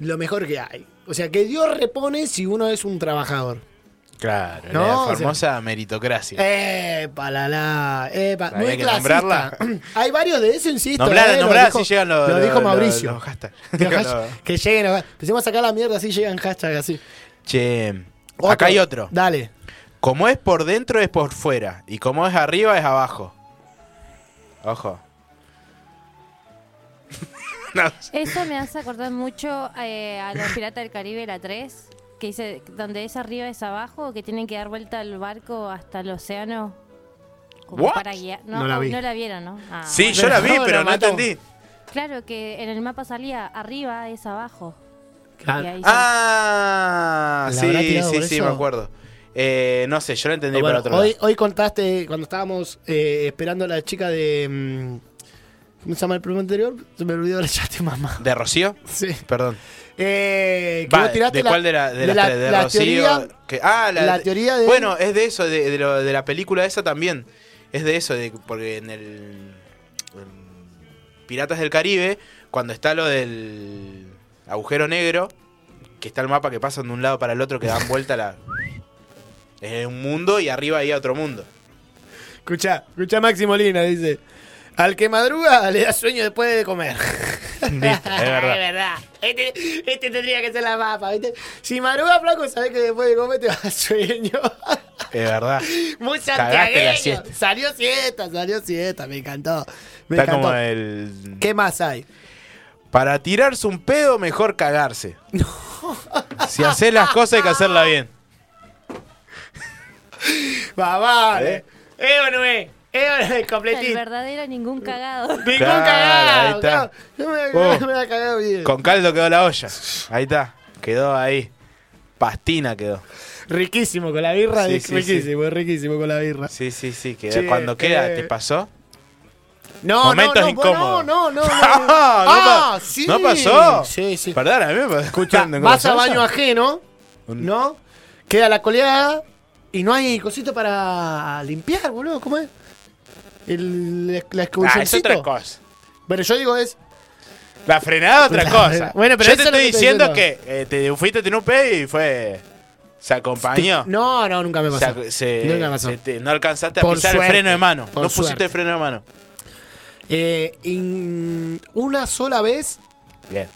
lo mejor que hay. O sea, que Dios repone si uno es un trabajador. Claro, No, o la sea- eh, famosa meritocracia. Epa, la la, epa. Había Muy que clasista. nombrarla. Hay varios de eso, insisto. Nombrala, eh, lo nombrala, dijo- así llegan los- Lo los- dijo los- Mauricio. los hashtags. Que hash- Los- que lleguen. los- Empecemos a sacar la mierda, así llegan hashtag así. Che, Otro. acá hay otro. Dale. Como es por dentro es por fuera. Y como es arriba es abajo. Ojo. No, Eso me hace acordar mucho eh, a los Piratas del Caribe, la 3, que dice donde es arriba es abajo, que tienen que dar vuelta al barco hasta el océano. como What? Para guiar. No, No la ah, vi. vieron, ¿no? Ah, sí, bueno. yo la vi, No, pero la no mató. entendí. Claro que en el mapa salía arriba es abajo. Y ahí Ah, ¿La habrá sí, tirado sí, por sí, eso? me acuerdo. Eh, no sé, yo lo entendí Bueno, por otro hoy, lado. hoy contaste cuando estábamos eh, esperando a la chica de. mm, ¿Cómo se llama el programa anterior? Se me olvidó la chate mamá. ¿De Rocío? Sí. Perdón. Eh, que Va, vos tiraste ¿De la- cuál de, la, de, las tres? ¿De la Rocío? teoría Que- ah, la, la teoría de- Bueno, es de eso, de, de lo- de la película esa también. Es de eso, de, porque en el. en Piratas del Caribe, cuando está lo del agujero negro, que está el mapa que pasan de un lado para el otro, que dan vuelta la. Es un mundo y arriba hay otro mundo. Escucha, escucha Maxi Molina, dice. Al que madruga le da sueño después de comer. Listo, es verdad. Este, este tendría que ser la mapa, ¿viste? Si madruga, flaco, sabés que después de comer te va a dar sueño. Es verdad. Muy Cagaste la santiagueño. siesta. Salió siesta, salió siesta, me encantó. Me Está encantó. como el. ¿Qué más hay? Para tirarse un pedo, mejor cagarse. Si haces las cosas, hay que hacerla bien. Va, vale. Eh o no es. Eh o no es El completito. verdadero ningún cagado. Ningún Claro, ahí cagado. está. claro. Yo me voy a cagar, Oh. me voy a cagar bien. Con caldo quedó la olla. Ahí está. Quedó ahí. Pastina quedó. Riquísimo con la birra, Sí, es sí, riquísimo, es riquísimo con la birra. Sí, sí, sí. quedó. Che, Cuando queda, eh. ¿te pasó? No, Momentos no, no, incómodos. No, no, no. no. No, ah, pa- sí. ¿No pasó? Sí, sí. Perdón, a mí me pasó. Ya, ¿Escuchando vas a cómo se baño usa? ajeno, Un- ¿no? Queda la coleada y no hay cosito para limpiar, boludo. ¿Cómo es? El, Ah, la es otra escobulloncito. cosa. pero yo digo es... La frenada es otra La- cosa. Bueno, pero Yo eso te es lo estoy que estoy diciendo que diciendo. eh, te fuiste a tener un pedo y fue. Se acompañó. No, no, nunca me Se pasó. ac- se- nunca me pasó. se te- no alcanzaste a Por pisar el suerte, freno de mano. por No pusiste suerte. el freno de mano. Eh, in- una sola vez Bien.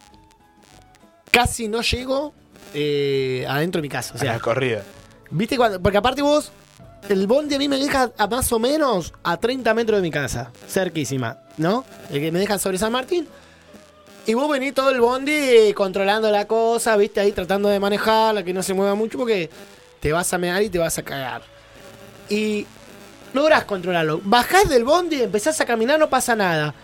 casi no llego eh, adentro de mi casa. O O sea, sea, la corrida. ¿Viste cuando? Porque aparte vos, el bondi a mí me deja a más o menos a 30 metros de mi casa, cerquísima, ¿no? El que me deja sobre San Martín. Y vos venís todo el bondi eh, controlando la cosa, viste, ahí tratando de manejarla, que no se mueva mucho porque te vas a mear y te vas a cagar. Y lográs controlarlo. Bajás del bondi, empezás a caminar, no pasa nada.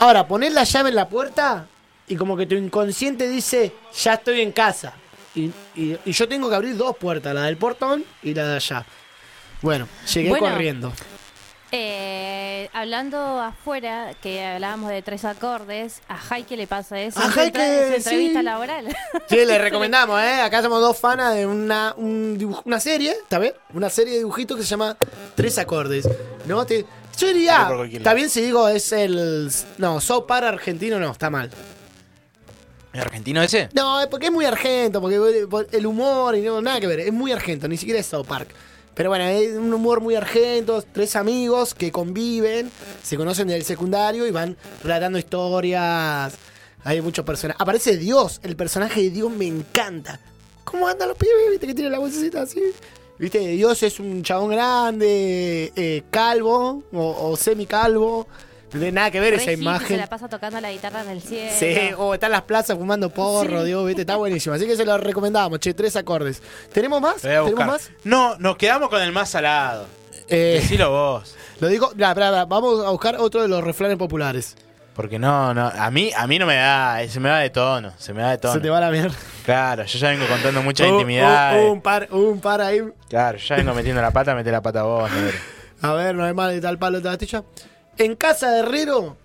Ahora, ponés la llave en la puerta y como que tu inconsciente dice, ya estoy en casa. Y, y- y yo tengo que abrir dos puertas, la del portón y la de allá. Bueno, llegué Bueno. corriendo. Eh, hablando afuera, que hablábamos de tres acordes, a Jaike le pasa eso. A en su entra- Jaike, en su entrevista sí. laboral. Sí, le recomendamos, ¿eh? Acá somos dos fanas de una, un dibuj- una serie, ¿está bien? Una serie de dibujitos que se llama Tres Acordes. ¿No? Te, yo diría, Dale por cualquier está lado. bien si digo es el... No, South Park argentino no, está mal. ¿Es argentino ese? No, es porque es muy argento, porque por el humor y no, nada que ver. Es muy argento, ni siquiera es South Park. Pero bueno, es un humor muy argento, tres amigos que conviven, se conocen del secundario y van relatando historias. Hay muchos personajes. Aparece Dios, el personaje de Dios me encanta. ¿Cómo andan los pibes? ¿Viste que tiene la bolsita así? ¿Viste? Dios es un chabón grande, eh, calvo o, o semicalvo. No tiene nada que ver Re esa hippie, Se imagen. la pasa tocando la guitarra en el cielo. Sí, o está en las plazas fumando porro, Sí. digo, viste, está buenísimo. Así que se lo recomendamos, che, tres acordes. ¿Tenemos más? Lo voy a ¿Tenemos buscar. más? No, nos quedamos con el más salado. Eh, Decilo vos. lo digo, mirá, mirá, mirá, vamos a buscar otro de los refranes populares. Porque no, no. A mí, a mí no me da. eh, Se me va de tono. Se me va de tono. Se te va Oh, la mierda. Claro, yo ya vengo contando mucha Hubo- intimidad. eh. hubo un par, hubo un par ahí. Claro, yo ya vengo metiendo la pata, mete la pata vos, negro. A ver, no hay mal de tal palo de tal astilla. En casa de herrero,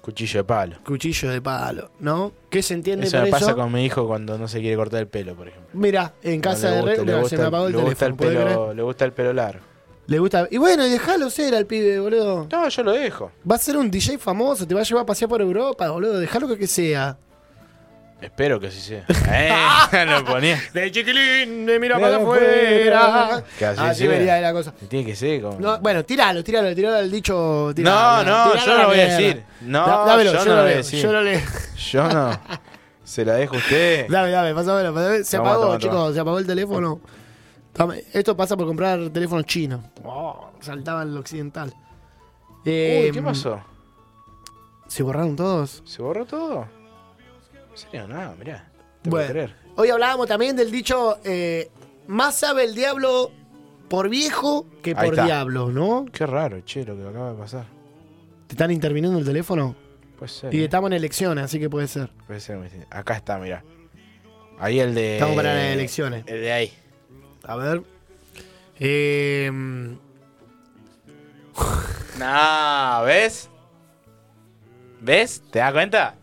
Cuchillo de palo. cuchillo de palo, ¿no? ¿Qué se entiende Eso por me eso? pasa con mi hijo cuando no se quiere cortar el pelo, por ejemplo. Mira, en casa No, le de herrero gusta- le mirá, gusta se me el- apagó el le teléfono. gusta el ¿podés creer? pelo, le gusta el pelo largo. Le gusta. Y bueno, y dejalo ser al pibe, boludo. No, yo lo dejo. Va a ser un DJ famoso, te va a llevar a pasear por Europa, boludo. Dejalo que sea. Espero que así sea. Eh, lo ponía. De chiquilín, de mira Mira para afuera. afuera. Ah, Que así Así sea. vería la cosa. Tiene que ser como. No, bueno, tíralo, tíralo, tíralo al dicho. Tíralo, No, tíralo, no, yo tíralo a no la lo voy a mierda. decir. No, Da- dámelo, yo no lo lo voy a leo, decir. Yo lo leo. Yo no. Se la dejo a usted. Dame, dame, pásamelo, pásamelo. Se Toma, apagó, toma, chicos, toma. se apagó el teléfono. Toma, Esto pasa por comprar teléfonos chinos. Oh, saltaba el occidental. Eh, Uy, ¿qué pasó? ¿Se borraron todos? ¿Se borró todo? ¿En serio? No, mirá. Te puedo Bueno, creer. hoy hablábamos también del dicho, eh, más sabe el diablo por viejo que Ahí por está. diablo, ¿no? Qué raro, che, lo que acaba de pasar. ¿Te están interviniendo el teléfono? Puede ser. Y eh. estamos en elecciones, así que puede ser. Puede ser, me dice. Acá está, mirá. Ahí el de. Estamos para las elecciones. El de ahí. A ver. Eh, No, ¿ves? ¿Ves? ¿Te das cuenta?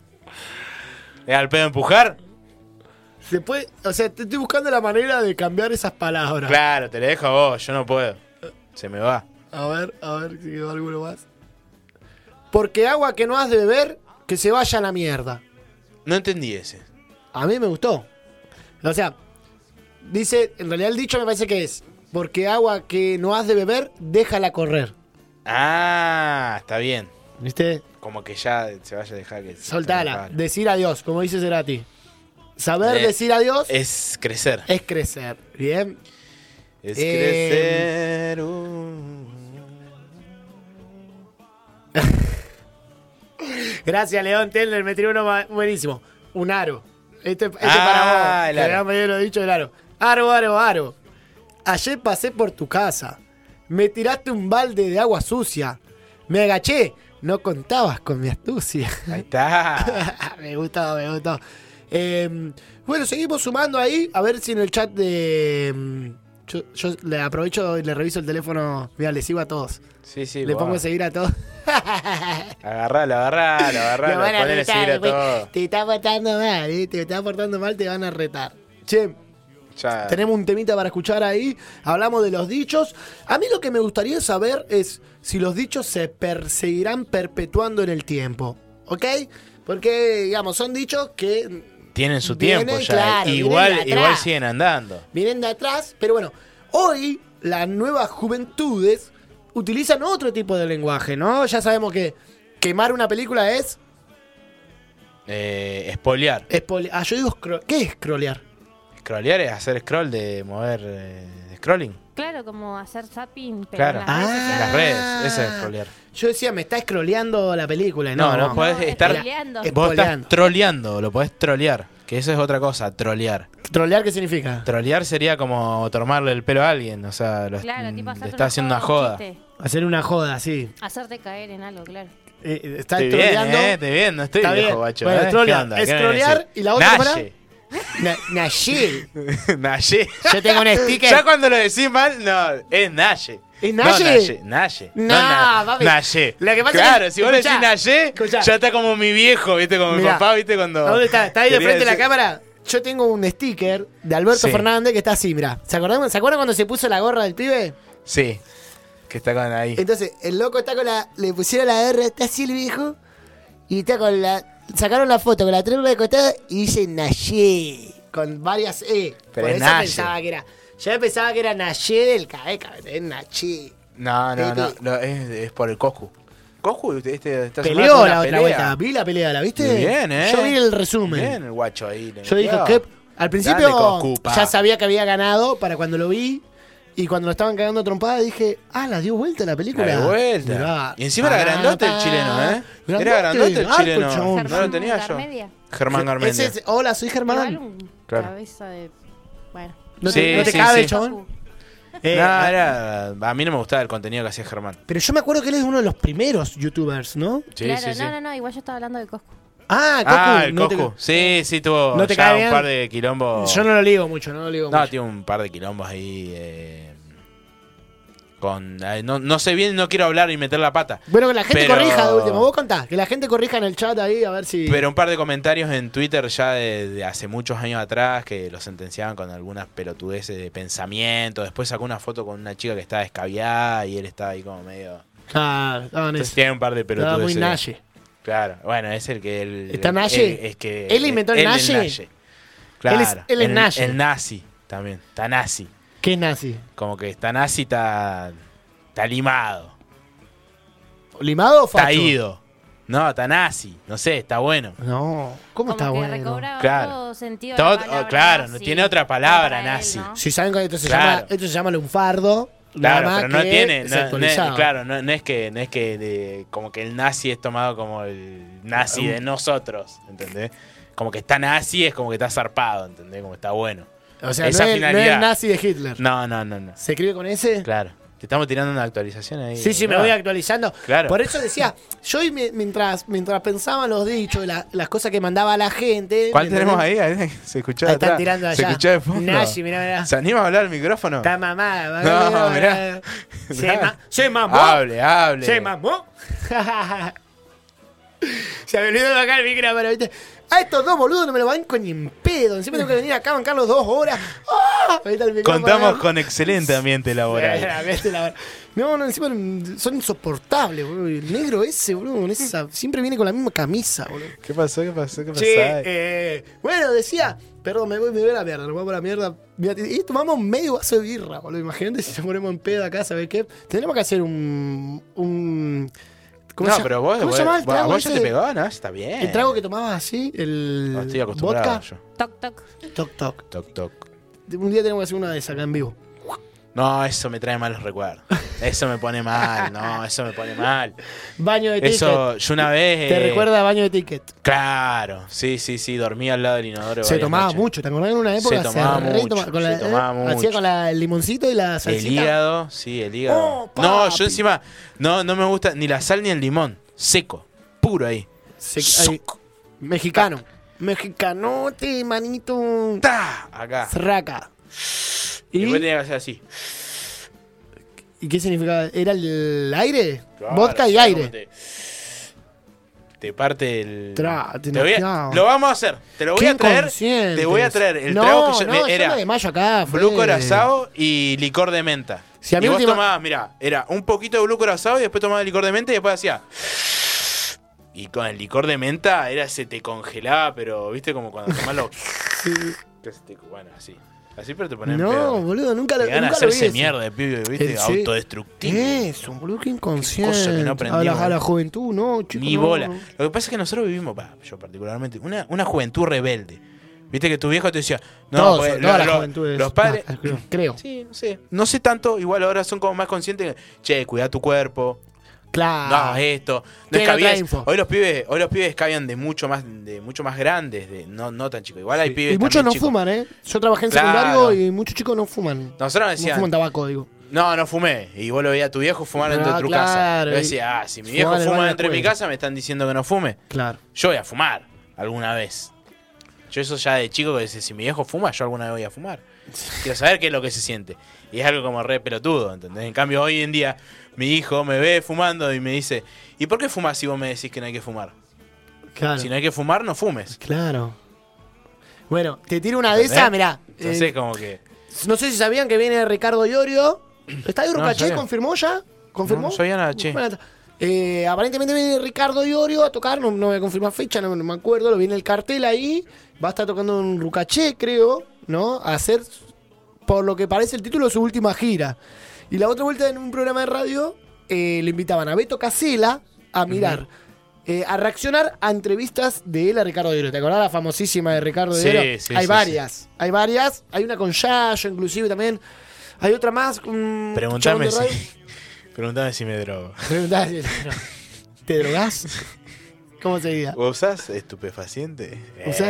¿Es al pedo empujar? se puede, o sea, te estoy buscando la manera de cambiar esas palabras. Claro, te lo dejo a vos, yo no puedo. Se me va. A ver, a ver si quedó alguno más. Porque agua que no has de beber, que se vaya a la mierda. No entendí ese. A mí me gustó. O sea, dice, en realidad el dicho me parece que es, porque agua que no has de beber, déjala correr. Ah, está bien. ¿Viste? Como que ya se vaya a dejar que. se- Soltala. se- Decir adiós, como dice Cerati. Saber Eh, decir adiós es, Es crecer. crecer. Bien. Em. Es Eh, crecer. uh. Gracias, León Tender. Me tiró uno ma- buenísimo. Un aro. Este, este Ah, para vos. el que aro. ya me habían dicho el aro. Aro, aro, aro. Ayer pasé por tu casa. Me tiraste un balde de agua sucia. Me agaché. No contabas con mi astucia. Ahí está. me gustó, me gustó. Eh, bueno, seguimos sumando ahí. A ver si en el chat de. mm, Yo, yo le aprovecho y le reviso el teléfono. Mira, le sigo a todos. Sí, sí. le vos. pongo a seguir a todos. Agarralo, agarralo, Me van agarralo. a Ponele retar, seguir a güey. todo. Te está portando mal, eh, te está portando mal, te van a retar. Che, Ya. tenemos un temita para escuchar ahí. Hablamos de los dichos. A mí lo que me gustaría saber es si los dichos se perseguirán perpetuando en el tiempo. ¿Ok? Porque, digamos, son dichos que Tienen su Viene, tiempo ya. eh. claro, igual, viene de igual atrás. siguen andando. vienen de atrás. Pero bueno, hoy las nuevas juventudes utilizan otro tipo de lenguaje, ¿no? Ya sabemos que quemar una película es. Eh, espolear. espole- Ah, yo digo. scro- ¿Qué es scrollear? Scrollear es hacer scroll de mover eh, scrolling. Claro, como hacer zapping, pero Claro. en las redes Ah. sociales. En las redes, eso es scrollear. Yo decía, me está scrolleando la película. y No, No, no podés No, Eh, estar- eh, espoleando. Era- Vos Espoleando. estás troleando, lo podés trolear. Que eso es otra cosa, trolear. ¿Trolear qué significa? Trolear sería como tomarle el pelo a alguien. O sea, lo, Claro, tipo le hacer mm, está haciendo una joda. un chiste. Hacer una joda, sí. Hacerte caer en algo, claro. Eh, eh, está Estoy bien, troleando. eh, estoy bien, no estoy Está viejo, bien. guacho. Bueno, eh. ¿Qué trolear. onda? ¿Qué Es me venís a trolear decir? y la otra, ¿cómo era? Naye. Na- Nayib. Naye. Yo tengo un sticker. Ya cuando lo decís mal, no, es Naye. ¿Es No, Naye? Naye, Naye. No, Na- papi. Naye. Lo que pasa claro, es que- si vos escuchá, decís Naye, escuchá. ya está como mi viejo, ¿viste? Como mi Mirá. papá, ¿viste? Cuando. ¿Dónde está? ¿Está ahí de quería frente de la decir- cámara? Yo tengo un sticker de Alberto Sí. Fernández que está así, mirá. ¿Se acuerdan, ¿Se acuerdan cuando se puso la gorra del pibe? Sí, que está con ahí. Entonces, el loco está con la. Le pusieron la R, está así el viejo. Y está con la. Sacaron la foto con la triple de costado y dice Nayé. Con varias E. Pero Por es eso Naye. pensaba que era. Yo pensaba que era Nayé del Cabeca, es Nayé. No, no, no, Pepe. no, es, es por el Coscu. Coscu, este, esta semana tuvo Peleó una la otra pelea. vuelta. Vi la pelea, ¿la viste? Bien, eh. Yo vi el resumen. Bien, el guacho ahí. le Yo dije metió. que. Al Grande principio Coscu, pa. ya sabía que había ganado para cuando lo vi. Y cuando lo estaban cagando a trompada dije, ah, la dio vuelta la película. La de vuelta. Mirá. Y encima era Pa, grandote el pa. chileno, ¿eh? Era Grandote, grandote el arco, chileno. chabón. No lo tenía yo. Garmedia. Germán Garmendia. Ese es- hola, soy Igual Germán. un Claro. cabeza de... Bueno. No te, Sí, no te sí, cabe, sí. chabón. Eh, No, ah, era- a mí no me gustaba el contenido que hacía Germán. Pero yo me acuerdo que él es uno de los primeros youtubers, ¿no? Sí, claro, sí, sí. no, no, no, igual yo estaba hablando de Coscu. Ah, Coco. ah, el no te- Coscu. Sí, sí, tuvo ¿No te ya cae un bien? par de quilombos. Yo no lo ligo mucho, no lo ligo No, mucho. tiene un par de quilombos ahí. eh, con, eh, no, no sé bien, no quiero hablar y meter la pata. Bueno, que la gente Pero- corrija de último. Vos contá, que la gente corrija en el chat ahí a ver si. Pero un par de comentarios en Twitter ya de, de hace muchos años atrás que lo sentenciaban con algunas pelotudeces de pensamiento. Después sacó una foto con una chica que estaba descaviada y él estaba ahí como medio. Ah, estaban Entonces esos. tiene un par de Estaba pelotudeces. muy naye. Claro, bueno, es el que él. ¿Está Naye? Es que. ¿Él inventó el Naye? Claro. Él es- él es el, Naye. El nazi también. Está nazi. ¿Qué es nazi? Como que está nazi, está. Está limado. ¿Limado o facho? Está ido. No, está nazi. No sé, está bueno. No, ¿cómo Como está que bueno? recobra Claro. otro sentido Todo- la palabra oh, claro, no nazi tiene otra palabra para él, nazi. ¿no? Si saben que esto se Claro. llama, esto se llama lunfardo. nada Claro, más pero no que tiene. no- No, desactualizado. claro, no, no es que, no es que de- como que el nazi es tomado como el nazi Ah, de nosotros. ¿Entendés? Como que está nazi es como que está zarpado, ¿entendés? Como está bueno. O sea, esa no, es, no es finalidad. nazi de Hitler. No, no, no, no. ¿Se escribe con ese? Claro. Te estamos tirando una actualización ahí. Sí, sí, me No. voy actualizando. Claro. Por eso decía, yo hoy mi- mientras, mientras pensaba los dichos, y la- las cosas que mandaba la gente. ¿Cuál mientras- tenemos ahí? Ahí Se escuchó de Ahí están atrás. tirando Se allá. escuchó de fondo. Nashi, mirá, mirá. ¿Se anima a hablar al micrófono? Está mamada. No, mamá. mirá. Se, Mirá. ma- se mamó. Hable, hable. Se mamó. Se me olvidó acá el micrófono, ¿viste? A estos dos boludos no me lo banco ni en pedo. Encima tengo que venir acá a bancarlos dos horas. ¡Ah! Ahí está el micrófono. Contamos con excelente ambiente laboral. Realmente, la verdad. No, no, encima son insoportables, boludo. El negro ese, boludo, con esa, siempre viene con la misma camisa, boludo. ¿Qué pasó? ¿Qué pasó? ¿Qué pasó? Che, eh, bueno, decía, perdón, me voy, me voy a la mierda, me voy a la mierda. Mira, Y tomamos medio vaso de birra, boludo. Imagínate si nos ponemos en pedo acá, ¿sabes qué? Tenemos que hacer un. un no, se- pero vos, ¿Cómo vos, se llama el vos- trago? vos ya ese? te pegó, ¿no? Está bien. El trago que tomabas así, el. No, estoy acostumbrado vodka. yo. Toc, toc. Toc, toc. Toc, toc. Un día tenemos que hacer una de esas acá en vivo. No, eso me trae malos recuerdos. Eso me pone mal, no, eso me pone mal. Baño de ticket. Eso, yo una vez. Te eh, recuerda a baño de ticket. Claro, sí, sí, sí, dormía al lado del inodoro. Se varias tomaba noches. mucho, ¿te acordás? En una época Se tomaba re mucho, toma- con la- se tomaba eh, Hacía mucho. con la- el limoncito y la El salsita. hígado, sí, el hígado. Oh, papi. no, yo encima, no, no me gusta ni la sal ni el limón. Seco, puro ahí. Se- ahí, mexicano. Mexicanote, manito. ¡Ta! Acá. Sraca. Y ¿Y? después tenía que hacer así. ¿Y qué significaba? ¿Era el aire? Claro, Vodka y ¿sabes aire. cómo Te, te parte el. Tra- te no, voy a- no. lo vamos a hacer. Te lo voy Qué a traer. inconscientes. Te voy a traer el no, trago que yo, no, me- yo era. lo de mayo acá. Fue... Blue corazado y licor de menta. Si a mí y vos última- tomabas, mirá, era un poquito de blue corazado y después tomabas licor de menta y después hacía. Y con el licor de menta era se te congelaba, pero viste como cuando tomás los. que se te- bueno, así. Así pero te ponen No, pedo. boludo, nunca lo, Te van a nunca lo vi. hacerse eso. mierda, de pibe, viste, El- sí. autodestructivo. Eso, boludo, qué inconsciente. cosa que no a, aprendimos. la, a la juventud, no, chicos. Ni no. bola. Lo que pasa es que nosotros vivimos, bah, yo particularmente, una, una juventud rebelde. Viste que tu viejo te decía, no, Todos, pues, toda lo- la lo- juventud es- los padres. Ah, creo- Creo. Sí, no sé. No sé tanto, igual ahora son como más conscientes. que, Che, cuida tu cuerpo, no Claro. hagas esto. No Tienen escabies. Ah. otra info. Hoy los pibes, hoy los pibes escabian de mucho más, de mucho más grandes, de, no, no tan chicos. Igual hay pibes. y muchos también no chicos. fuman, ¿eh? Yo trabajé en Claro. secundario y muchos chicos no fuman. Nosotros no decían, fuman tabaco, digo. no, no fumé. Y vos lo veías a tu viejo fumar dentro Ah, de tu casa. claro, Yo y- decía, ah, si mi fumaba viejo en el baño fuma de dentro de mi escuela. casa, me están diciendo que no fume. Claro. Yo voy a fumar alguna vez. Yo eso ya de chico que decía, si mi viejo fuma, yo alguna vez voy a fumar. Quiero saber qué es lo que se siente. Y es algo como re pelotudo, ¿entendés? En cambio, hoy en día, mi hijo me ve fumando y me dice, ¿y por qué fumas si vos me decís que no hay que fumar? Claro. Si no hay que fumar, no fumes. Claro. Bueno, te tiro una de ¿Entendés? esas, mirá. Entonces, Eh, como que... no sé si sabían que viene Ricardo Iorio. ¿Está ahí No, Urcaché? sabía. ¿Confirmó ya? ¿Confirmó? No, no sabía nada, che. Bueno, eh, aparentemente viene Ricardo Iorio a tocar, no, no voy a confirmar fecha, no, no me acuerdo, lo viene el cartel ahí, va a estar tocando en Rucaché, creo, ¿no? A hacer, por lo que parece el título, su última gira. Y la otra vuelta en un programa de radio eh, le invitaban a Beto Casela a mirar, eh, a reaccionar a entrevistas de él a Ricardo Iorio. ¿Te acordás la famosísima de Ricardo Sí, Iorio? sí, hay sí, varias, hay varias, hay una con Yayo inclusive también. Hay otra más. mm, chabón Preguntame de radio. si... Preguntame si me drogo. Preguntale. ¿Te drogás? ¿Cómo sería? ¿Vos usás estupefaciente? Eh. ¿Usás?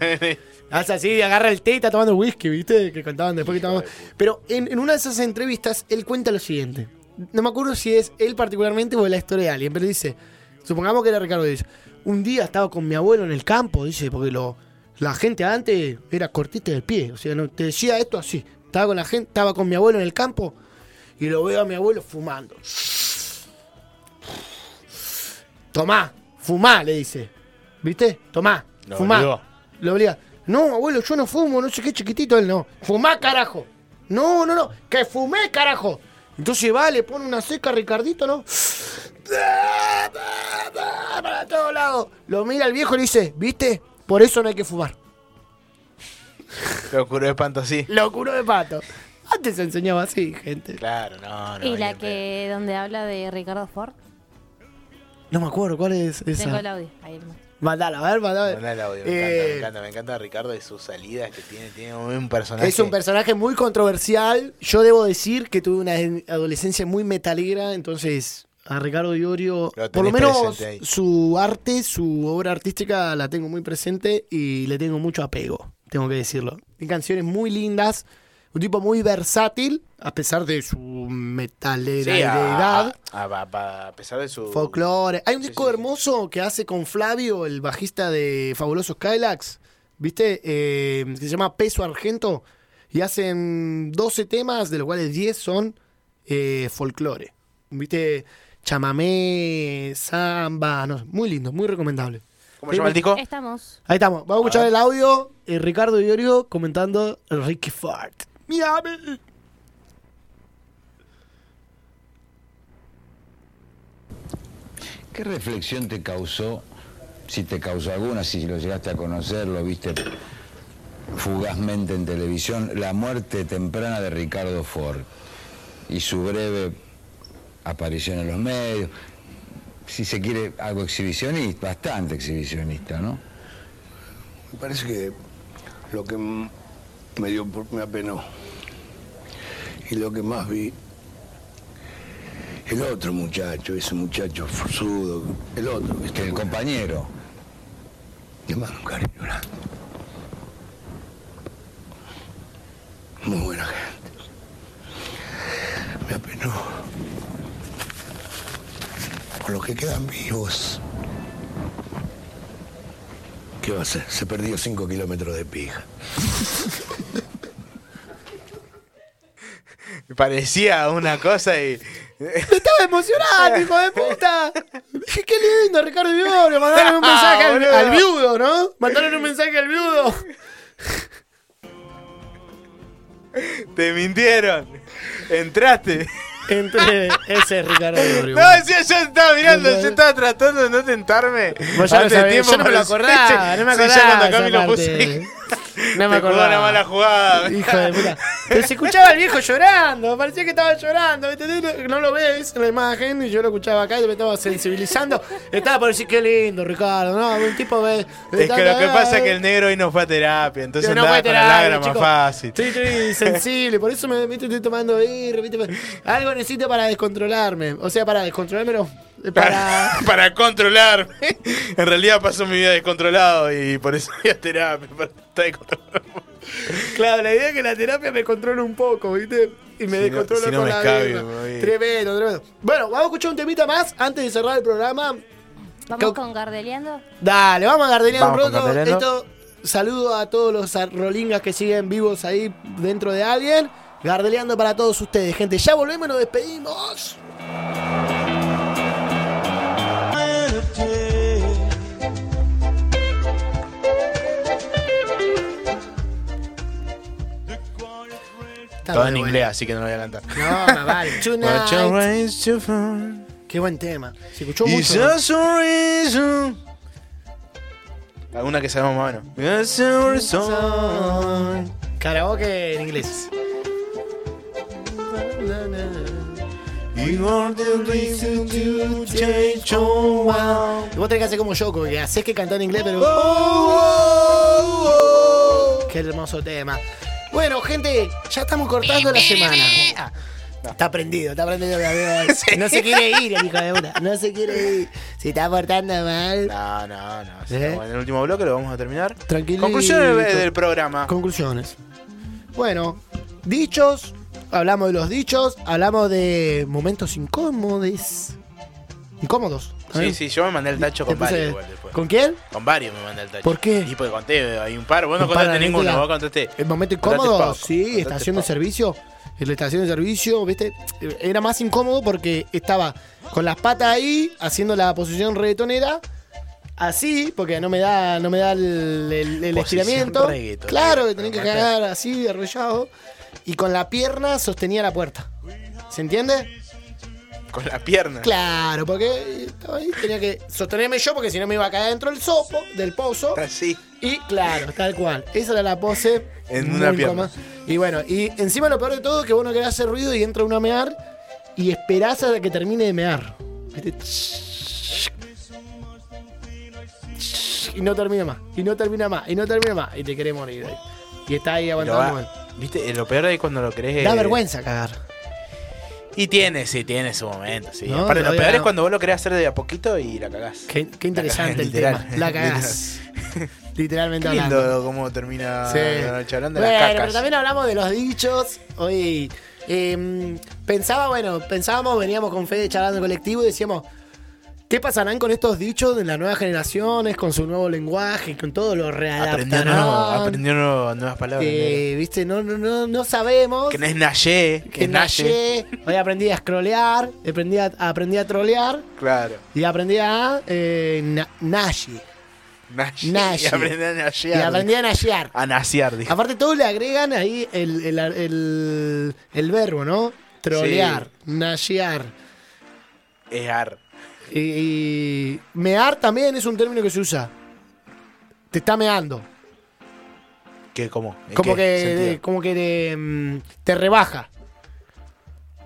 Eh. Hace Ah, así, agarra el té y está tomando whisky, ¿viste? Que contaban después que tomaban. Pero en, en una de esas entrevistas, él cuenta lo siguiente. No me acuerdo si es él particularmente o la historia de alguien, pero dice: Supongamos que era Ricardo Dice, Un día estaba con mi abuelo en el campo, dice, porque lo, la gente antes era cortita del pie. O sea, no, te decía esto así. Estaba con la gente, estaba con mi abuelo en el campo y lo veo a mi abuelo fumando. Tomá, fumá, le dice. ¿Viste? Tomá, Lo fumá. obligó. Lo obliga. No, abuelo, yo no fumo, no sé qué chiquitito él no. Fumá, carajo. No, no, no, que fumé, carajo. Entonces va, le pone una seca a Ricardito, ¿no? Para todos lados. Lo mira el viejo y le dice, ¿viste? Por eso no hay que fumar. Lo curó de espanto así. Locuro de pato. Antes se enseñaba así, gente. Claro, no, no. y ni la en que donde habla de Ricardo Ford. No me acuerdo cuál es Tengo esa. el audio. Ahí nomás. Mandala, a ver, mandala. Mandá el audio, me encanta, me Eh, encanta, me encanta Ricardo y sus salidas que tiene, tiene un personaje. Es un personaje muy controversial. Yo debo decir que tuve una adolescencia muy metalera, entonces a Ricardo Iorio, Lo tenés por lo menos presente ahí. su arte, su obra artística la tengo muy presente y le tengo mucho apego, tengo que decirlo. Tiene canciones muy lindas, un tipo muy versátil, a pesar de su metalera Sí, a, edad. a, a- a- a pesar de su Folklore. Hay un Sí, disco sí, sí. hermoso que hace con Flavio, el bajista de Fabuloso Skylax, ¿viste? Eh, que se llama Peso Argento. Y hacen 12 temas, de los cuales 10 son eh, folclore. ¿Viste? Chamamé, samba, no, sé, muy lindo, muy recomendable. ¿Cómo se llama el Oh. disco? Estamos. Ahí estamos, vamos a escuchar el audio. eh, Ricardo Iorio comentando el Ricky Fart. Mírame. ¿Qué reflexión te causó, si te causó alguna, si lo llegaste a conocer, lo viste fugazmente en televisión, la muerte temprana de Ricardo Ford y su breve aparición en los medios? Si se quiere, algo exhibicionista, bastante exhibicionista, ¿no? Me parece que lo que m- me dio por- me apenó y lo que más vi el otro muchacho, ese muchacho forzudo, el otro que está El bueno. compañero. Le mando un cariño grande. Muy buena gente. Me apenó por los que quedan vivos. ¿Qué va a hacer? Se perdió 5 kilómetros de pija. Parecía una cosa y. Estaba emocionado, hijo de puta. Dije, qué lindo, Ricardo Vivorio. Mandaron un mensaje al, Boludo. al viudo, ¿no? Mandaron un mensaje al viudo. Te mintieron. Entraste. Entré. Ese es Ricardo Vivorio. No, decía, yo estaba mirando, yo estaba tratando de no tentarme. Vos ya lo Hace sabés, tiempo yo no me lo parecía- acordaba, no me Sí, acordaba ya cuando esa Cami lo puse. parte. ahí, No me te jugó acordaba. una mala jugada. Hijo de puta. Pero se escuchaba al viejo llorando. Parecía que estaba llorando. ¿entendés? No- No lo ves en la imagen. Y yo lo escuchaba acá y me estaba sensibilizando. Estaba por decir, qué lindo, Ricardo. No, un tipo ve. Es que lo que pasa es que el negro hoy no fue a terapia, entonces No andaba fue con terapia, la lágrima más chico. fácil. Estoy, estoy sensible, por eso me viste, estoy tomando birra. viste, pa- Algo necesito para descontrolarme. O sea, para descontrolarme, no. eh, Para. Para, para controlarme. En realidad pasó mi vida descontrolado y por eso voy a terapia. para estar descontrolado. Claro, la idea es que la terapia me controla un poco, ¿viste? Y Si me no- descontrola si no con me la escabio, birra. me voy. Tremendo, tremendo. Bueno, vamos a escuchar un temita más antes de cerrar el programa. Vamos con Gardeliando. Dale, vamos a Gardeliano un Vamos con rato. Gardeliano. Esto, saludo a todos los ar- rolingas que siguen vivos ahí dentro de alguien. Gardeleando para todos ustedes, gente. Ya volvemos y nos despedimos. Todo en inglés, así que no lo voy a cantar. No, más vale. But your Tonight. rain's too far. Qué buen tema. Se escuchó Y mucho. just a reason. Alguna que sabemos más o menos. Just a reason. Karaoke en inglés. You are the reason to change your world. Y vos tenés que hacer como Yoko, que haces que cantar en inglés, pero. Oh, Qué hermoso tema. Bueno, gente, ya estamos cortando la semana. Ah, Está prendido, está prendido. la veo. No se quiere ir, el hijo de una. No se quiere ir. Si está portando mal. No, no, no. Si ¿Eh? estamos En el último bloque lo vamos a terminar. Tranquilo. Conclusión del, del programa. Conclusiones. Bueno, dichos. Hablamos de los dichos. Hablamos de momentos incómodos. Incómodos. Sí, sí, yo me mandé el tacho con ¿Eh? Después, varios eh, igual después. ¿Con quién? Con varios me mandé el tacho. ¿Por qué? Y pues conté, hay un par. Vos Un no par de contaste ninguno, vos anécdotas. contaste. El momento Contate incómodo, poco, sí, contate estación de poco. servicio. En la estación de servicio, viste, era más incómodo porque estaba con las patas ahí, haciendo la posición reggaetonera, así, porque no me da, no me da el, el- el Posición estiramiento. reggaetonera, Claro, que tenés que pero mate. cagar así, arrollado. Y con la pierna sostenía la puerta. ¿Se entiende? Con la pierna. Claro, porque estaba ahí, tenía que sostenerme yo, porque si no me iba a caer dentro del sopo, del pozo. Así. Y claro, tal cual. Esa era la pose. En muy una pierna. cómoda. Y bueno, y encima lo peor de todo es que vos no querés hacer ruido y entra uno a mear y esperás a que termine de mear. Viste, tsh, tsh, Y no termina más, y no termina más, y no termina más, y te querés morir ahí. Y está ahí Lo va- aguantando. bueno. Viste, eh, lo peor es cuando lo crees. Da eh, vergüenza cagar. Y tiene, sí, tiene su momento. Sí. No, Aparte, lo todavía peor no. es cuando vos lo querés hacer de a poquito y la cagás. Qué, qué interesante el literal. tema. La cagás. Literalmente Qué hablando. lindo cómo termina Sí. la noche hablando de Bueno, las pero cacas. también hablamos de los dichos. Hoy eh, pensaba, bueno, pensábamos, veníamos con Fede charlando en colectivo y decíamos, ¿qué pasarán con estos dichos de las nuevas generaciones, con su nuevo lenguaje, con todo lo real? Aprendió, nuevo, aprendió nuevo- nuevas palabras. negro. viste, no, no, no, no sabemos. que no es Nayé, que Que es Naye. naye. Hoy aprendí a scrollear, aprendí a, aprendí a trolear Claro. y aprendí a eh, na- naye. Naye. Naye. Y aprendí a Y nayear. aprendí a nayear. A naciar, dije. Aparte, todos le agregan ahí el, el, el- el verbo, ¿no? Trolear, nashear. Es ar. Y, y mear también es un término que se usa. Te está meando. ¿Qué, cómo? ¿En Como qué que, sentido? como que te, mm, te rebaja.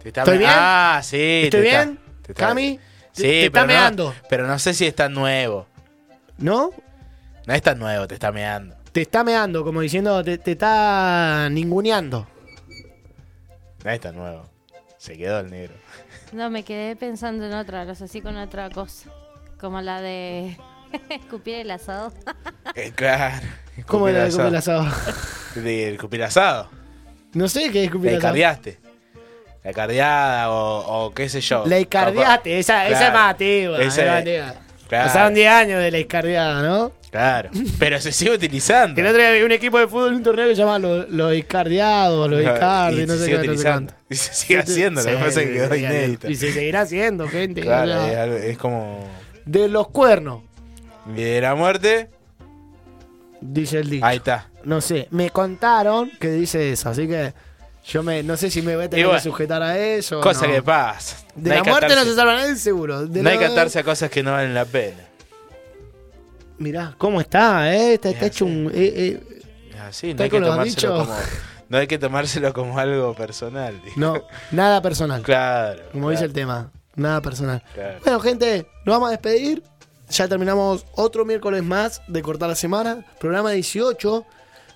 Te está eh, ¿Estoy me- bien? Ah, sí. ¿Estoy te está- bien? te está- Cami, Sí, te, te está pero no- meando. pero no sé si es tan nuevo. ¿No? No es tan nuevo, te está meando. Te está meando, como diciendo, te, te está ninguneando. No es tan nuevo. Se quedó el negro. No, me quedé pensando en otra, los así con otra cosa. Como la de escupir el asado. Eh, claro. ¿Cómo Escupir era asado. el asado? De escupir asado. No sé qué es La escupir asado. icardiaste. La icardiada o, o qué sé yo. La icardiate, esa, Claro. esa es más antigua. Esa es más es- antigua. Claro. Pasaron 10 años de la iscardiada, ¿no? Claro. Pero se sigue utilizando. Que el otro día había un equipo de fútbol en un torneo que se llamaba los los Iscardiados, los Claro, Iscardi, y no se sé sigue qué, no sé utilizando. cuánto. Y se sigue haciendo, lo que Sí, pasa es que quedó y- inédito. Y se seguirá haciendo, gente. Claro, o sea, es, algo- es como. De los cuernos, Y de la muerte. dice el disco. Ahí está. No sé, me contaron que dice eso, así que yo me, no sé si me voy a Y tener bueno, que sujetar a eso. o Cosa no. que pasa. De No hay la que muerte no atarse- se salva nadie, seguro. De No hay que la- atarse a cosas que no valen la pena. Mirá, ¿cómo está? Eh? Está, está hecho un. eh, eh, Así, no Está hay que con los tomárselo bichos. como. No hay que tomárselo como algo personal. digo. No, nada personal. Claro. Como dice el tema, nada personal. Claro. Bueno, gente, nos vamos a despedir. Ya terminamos otro miércoles más de cortar la semana. Programa 18.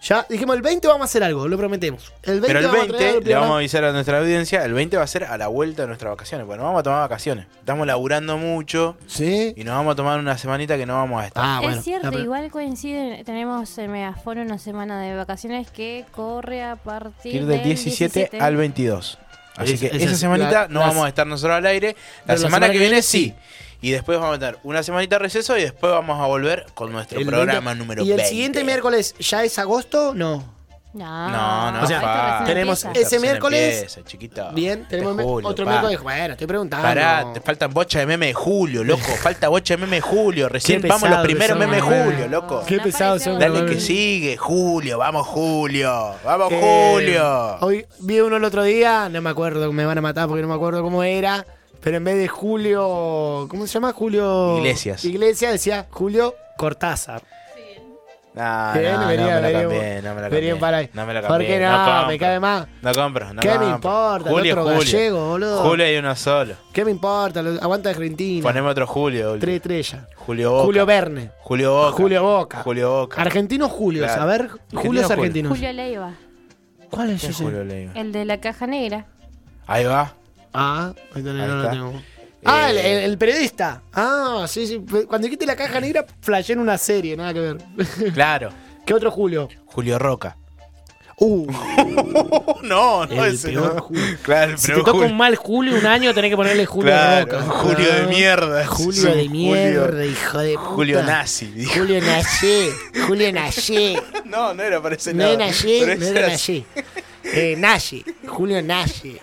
Ya dijimos, el 20 vamos a hacer algo, lo prometemos. El 20 Pero el vamos a traer 20, el le vamos a programa. avisar a nuestra audiencia, el 20 va a ser a la vuelta de nuestras vacaciones. Bueno, vamos a tomar vacaciones. Estamos laburando mucho Sí. y nos vamos a tomar una semanita que no vamos a estar. Ah, bueno. es cierto, la pro- igual coincide, tenemos en Megaforo una semana de vacaciones que corre a A partir partir del 17, al 22. Así Es- que esa esa es semanita la- no las- vamos a estar nosotros al aire. La, Pero semana, que viene, sí. Y después vamos a tener una semanita de receso y después vamos a volver con nuestro el programa 20. número ¿Y el 20. siguiente miércoles ya es agosto? No. No, No, no, O sea, esto recién tenemos empieza. ese Recién miércoles- empieza, chiquita. Bien, Este tenemos mi- julio, otro pa. miércoles. Ah, Bueno, estoy preguntando. Pará, te faltan bocha de meme de julio, loco. Falta bocha de meme de julio. Recién Qué vamos los pesado que primeros son, memes de boludo. julio, loco. Qué No pesado apareció son. Dale boludo. que sigue, Julio, vamos Julio, vamos Eh, Julio. Hoy vi uno el otro día, no me acuerdo, me van a matar porque no me acuerdo cómo era. Pero en vez de Julio. ¿Cómo se llama? Julio. Iglesias. Iglesias decía Julio Cortázar. No, Que no, no, venía, me la cambié, venía, no me la venía cambié. para ahí. No me la ¿Por cambié, qué no? Me compro. cae más. No compro, no ¿Qué me compro. importa? El Julio es otro Julio. gallego, boludo. Julio hay uno solo. ¿Qué me importa? Lo- Aguanta de Argentina. Poneme otro Julio. boludo. Tres estrellas. Julio Boca. Julio Verne. Julio Boca. Julio Boca. Julio Boca. Argentinos Julios. Claro. A ver, Argentinos Julios Julios. argentinos. Julio Leiva, ¿Cuál es ¿Quién es ese? Julio Leiva? el de la caja negra. Ahí va. Ah, ahí tenés, Ahí no lo está. tengo. Ah, el, Eh, el- el periodista. Ah, sí, sí. Cuando dijiste la caja negra, flashé en una serie, nada que ver. Claro. ¿Qué otro Julio? Julio Roca. Uh, no, no, El ese peor no. Julio. Claro, el si te peor toca Julio. un mal Julio un año, tenés que ponerle Julio Claro, Roca. un Julio de mierda. Es Julio un de mierda, Julio- hijo de puta. Julio Nazi. dijo. Julio Nayé. Julio Nayé. No, no era para ese No lado. era Pero Nayé, no ese era era- Nayé. Eh, Nayé. Julio Nayé.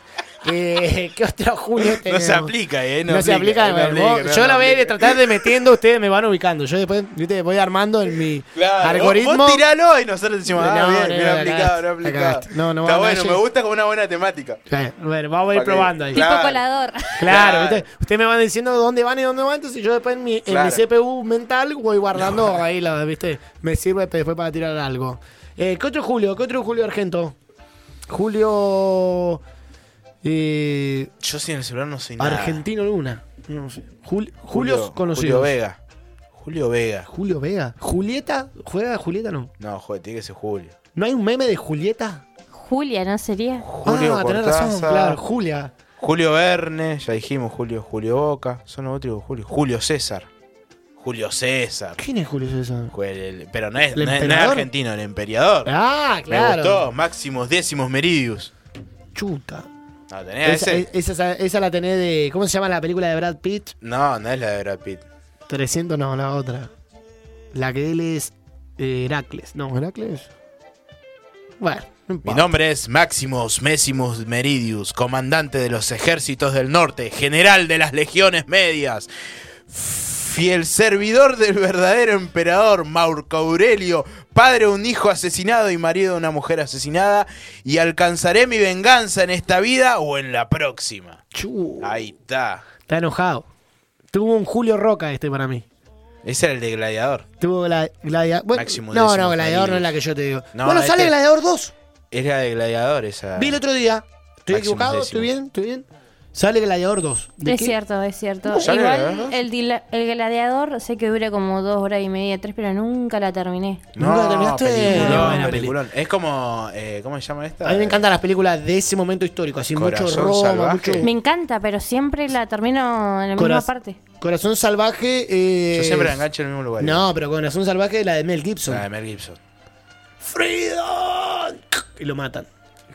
Eh, ¿Qué otro Julio No tenemos? se aplica, ¿eh? No, se aplica. no bueno, aplica, vos- no, yo no la voy a ir aplica. tratar de metiendo, ustedes me van ubicando. Yo después ¿viste? voy armando en mi Claro, algoritmo. Vos, vos tiralo y nosotros decimos, ah, No, bien, no, bien no, la aplicado, no cagaste, la aplicado. cagaste. No, no Está va a bueno, nadie. me gusta como una buena temática. Eh, bueno, vamos a ir Pa' que- probando ahí. Claro. Tipo colador. Claro, Claro. ¿viste? ustedes me van diciendo dónde van y dónde van, entonces yo después en mi, en mi Claro. CPU mental voy guardando ahí, la, ¿viste? Me sirve pe- después para tirar algo. Eh, ¿Qué otro Julio? ¿Qué otro Julio Argento? Julio... eh, Yo sin el celular no soy nada. Argentino Luna. No sé. Jul- Julio- Julios conocidos. Julio Vega. Julio Vega. Julio Vega. ¿Julieta? ¿Juega Julieta no? No, joder, tiene que ser Julio. ¿No hay un meme de Julieta? Julia, ¿no sería? Julio ah, tenés Cortázar. razón, claro, Julia. Julio Verne, ya dijimos, Julio, Julio Boca. Son los otros Julio. Julio César. Julio César. ¿Quién es Julio César? Ju- el- el- pero no es, ¿El no es- no es emperador? argentino, el emperador. Ah, Me claro. gustó. Máximos décimos meridius. Chuta. No, tenés Esa, Ah, e, ese. esa- esa- esa la tenés de. ¿Cómo se llama la película de Brad Pitt? No, no es la de Brad Pitt. 300, no, la otra. La que él es eh, Heracles. No, Heracles. Bueno, no Mi importa. nombre es Máximos Mésimos Meridius, comandante de los ejércitos del norte, general de las legiones medias, fiel servidor del verdadero emperador Maurco Aurelio, padre de un hijo asesinado y marido de una mujer asesinada, y alcanzaré mi venganza en esta vida o en la próxima. Chu, Ahí está. está enojado. Tuvo un Julio Roca este para mí. Ese era el de Gladiador. Tuvo Gladiador. Máximo no, décimo no, Gladius. Gladiador no es la que yo te digo. No, bueno, sale este- Gladiador 2. Era de Gladiador esa. Vi el otro día. ¿Estoy Máximo equivocado? décimo. ¿Estoy bien? ¿Estoy bien? Sale Gladiador 2. ¿De Es qué? cierto, es cierto. ¿No sale Igual Gladiador? el, dila- el gladiador sé que dura como dos horas y media, tres, pero nunca la terminé. Nunca terminaste. peliculón, No, buena peliculón. Es como. eh, ¿Cómo se llama esta? A mí me encantan las películas de ese momento histórico, así mucho Corazón Roma, salvaje. mucho Me encanta, pero siempre la termino en la Coraz- misma parte. Corazón salvaje. eh, Yo siempre la engancho en el mismo lugar. No, pero Corazón salvaje la de Mel Gibson. La de Mel Gibson. ¡Freedom! Y lo matan.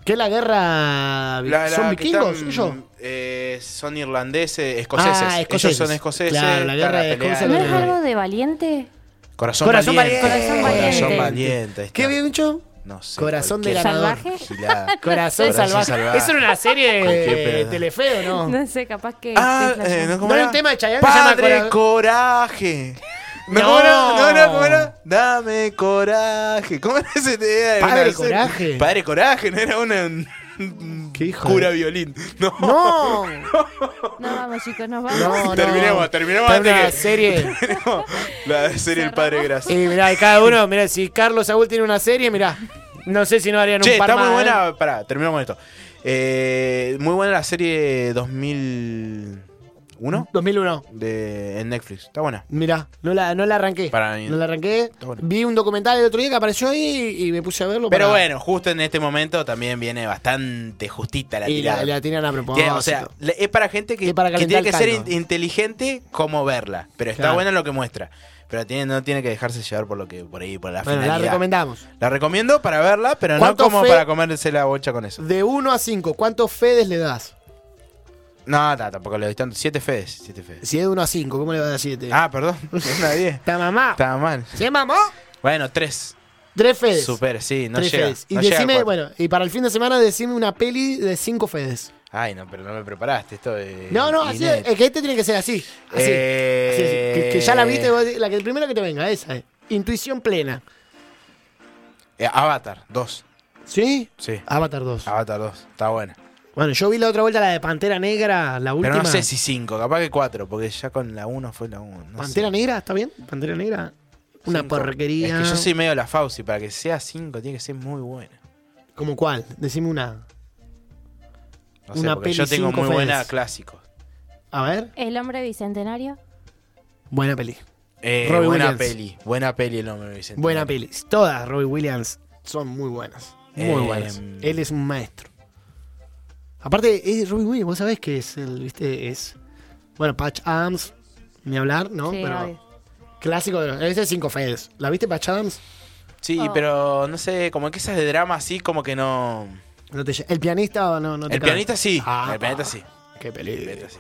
¿Qué es la guerra? La- la ¿Son que vikingos están, ellos? eh, son irlandeses, escoceses. Ah, escoceses. Ellos son escoceses. Claro, la están guerra a de pelear. Escocia ¿No lo es que- algo de valiente? Corazón, Corazón valiente. valiente. Corazón Corazón valiente. ahí está. ¿Qué bien dicho? No sé, Corazón de cualquier ganador. ¿Salvaje? gilada. Corazón, Corazón salvaje. salvaje. Eso era una serie Cualquier de pedo. Telefeo, ¿no? No sé, capaz que. Ah, estoy eh, flasheando. no, ¿cómo ¿No era era? un tema de Chayanne que se llama Padre Cora- Coraje. No. ¿Cómo era? No, no, ¿cómo era? Dame coraje. ¿Cómo era ese tema? Era Padre una serie. Coraje. Padre Coraje, no era una. un- un Qué hijo Cura violín. No. No, No, vamos, chicos, nos vamos. no, no. Terminemos, terminemos Está antes una que- serie. No, La serie El Padre Gracia. Y mirá, y cada uno, mirá, si Carlos Saúl tiene una serie, mirá. No sé si no harían Che, un par está muy más, ¿eh? buena. Pará, terminamos con esto. Eh, muy buena la serie 2001 2001. de, en Netflix. Está buena. Mirá, no la, no la arranqué. Para mí. No la arranqué. bueno. Vi un documental el otro día que apareció ahí y me puse a verlo. Pero para- bueno, justo en este momento también viene bastante justita la Y tirada. la, la tiran a propósito. Tiene- o sea, le- es para gente que, Es para que tiene que calentar ser el in- caldo. inteligente como verla. Pero está Claro. buena lo que muestra. Pero tiene, no tiene que dejarse llevar por lo que por ahí, por la Bueno, la finalidad. recomendamos. La recomiendo para verla, pero no ¿Cuánto como fue? para comerse la bocha con eso. De 1 a 5, ¿cuántos fedes le das? No, ta, tampoco le doy tanto. Siete fedes, siete fedes. Si es de 1 a 5, ¿cómo le das a 7? Ah, perdón. Una de diez. ¿Está mamá? Estaba mal. ¿Se mamó? Bueno, tres. Tres fedes. Super, sí, no Tres llega. fedes. Y no llega al decime, cuatro. bueno, y para el fin de semana decime una peli de 5 fedes. Ay, no, pero no me preparaste esto de. no, no, así Inet. es que este tiene que ser así. Así. Eh. así, así. Que, que ya la viste, vos decís, la que, primera que te venga, esa. eh. Intuición plena. Eh, Avatar 2. ¿Sí? Sí. Avatar 2. Avatar 2. Está buena. Bueno, yo vi la otra vuelta, la de Pantera Negra, la última. Pero no sé si 5, capaz que 4, porque ya con la 1 fue la 1. ¿Pantera Negra? ¿Está bien? ¿Pantera Negra? Una porquería. Es que yo soy medio la Fauci, para que sea 5 tiene que ser muy buena. ¿Como cuál? Decime una. No sé, Una porque peli yo tengo cinco muy buena Fedes. clásicos. A ver. El hombre bicentenario. Buena peli. Eh, Robbie buena Williams. peli, buena peli el hombre Vicente. Buena peli. Todas Robbie Williams son muy buenas. Muy Eh, buenas. Él es un maestro. Aparte, es Robbie Williams, vos sabés que es el, viste, es. Bueno, Patch Adams, ni hablar, ¿no? Sí, Pero obvio. clásico de los. Ese es cinco fedes. ¿La viste Patch Adams? Sí, Ah. Oh. pero no sé, como que esas de drama así, como que no. No te lle- ¿El pianista o no? no te el cabe? pianista sí. Ah, el pianista sí. Qué el peli. pianista sí.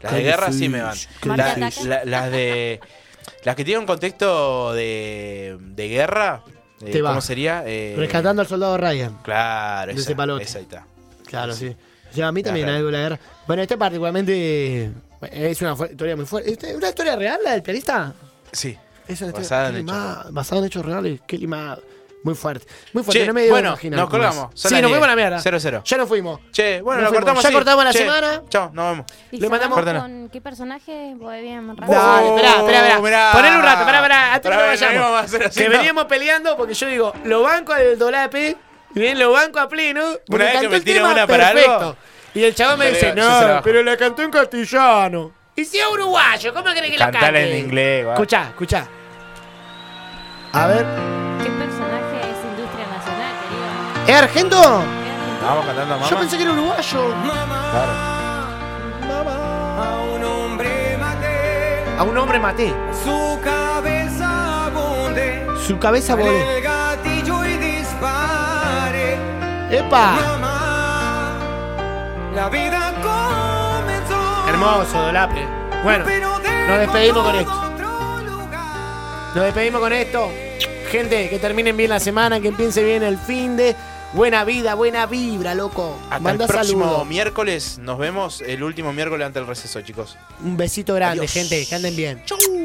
Las de guerra sí me van. Marca La- ataque. la- las de. Las que tienen un contexto de, de guerra. eh, Te va. ¿Cómo sería? Eh, Rescatando al soldado Ryan. Claro, De ese esa, palote. esa ahí está. Claro, Sí, sí. O sea, a mí también Claro. algo de la guerra. Bueno, este particularmente eh, es una fu- historia muy fuerte. ¿Este- ¿Una historia real la del pianista? Sí. Es una historia Basada en qué hechos limada, reales. basada en hechos reales. Qué limada. Muy fuerte. Muy fuerte. Che, no me dio bueno, imaginar nos cómo es. colgamos. Son Sí, las nos fuimos a la 10. mierda. Cero, cero. Ya nos fuimos. Che, bueno, Nos lo fuimos. cortamos. Ya así. cortamos la Che, semana. Chao, nos vemos. ¿Y Le mandamos- cerramos Córtala. con qué personaje? Bohemian Dale, Oh, Rhapsody. esperá, esperá, esperá. mirá. Ponele un rato, esperá, esperá. Antes Otra que no vez, no vayamos. íbamos a hacer así, que no. veníamos peleando porque yo digo, lo banco al Dolape, y bien, lo banco a Pleno. porque vez que cantó me el tira tema una para perfecto. algo, Y el chaval me yo dice, digo, yo se la no, bajo". pero la cantó en castellano. Y si es uruguayo, ¿cómo crees que la Cantala cante? en inglés, va. Escuchá, escuchá. A ver. ¿Qué personaje es industria nacional, querido? ¿Es Eh, argento? Vamos cantando, mamá. Yo pensé que era uruguayo. Claro. A un hombre maté, A un hombre maté. su cabeza abonde, Su cabeza voló. gatillo y dispare. ¡Epa! Mamá, la vida comenzó. Hermoso, Dolape. Bueno, nos despedimos con esto. Nos despedimos con esto. Gente, que terminen bien la semana, que empiece bien el fin de. Buena vida, buena vibra, loco. Hasta Manda el próximo saludos. miércoles. Nos vemos el último miércoles ante el receso, chicos. Un besito grande, Adiós. gente. Que anden bien. Chau.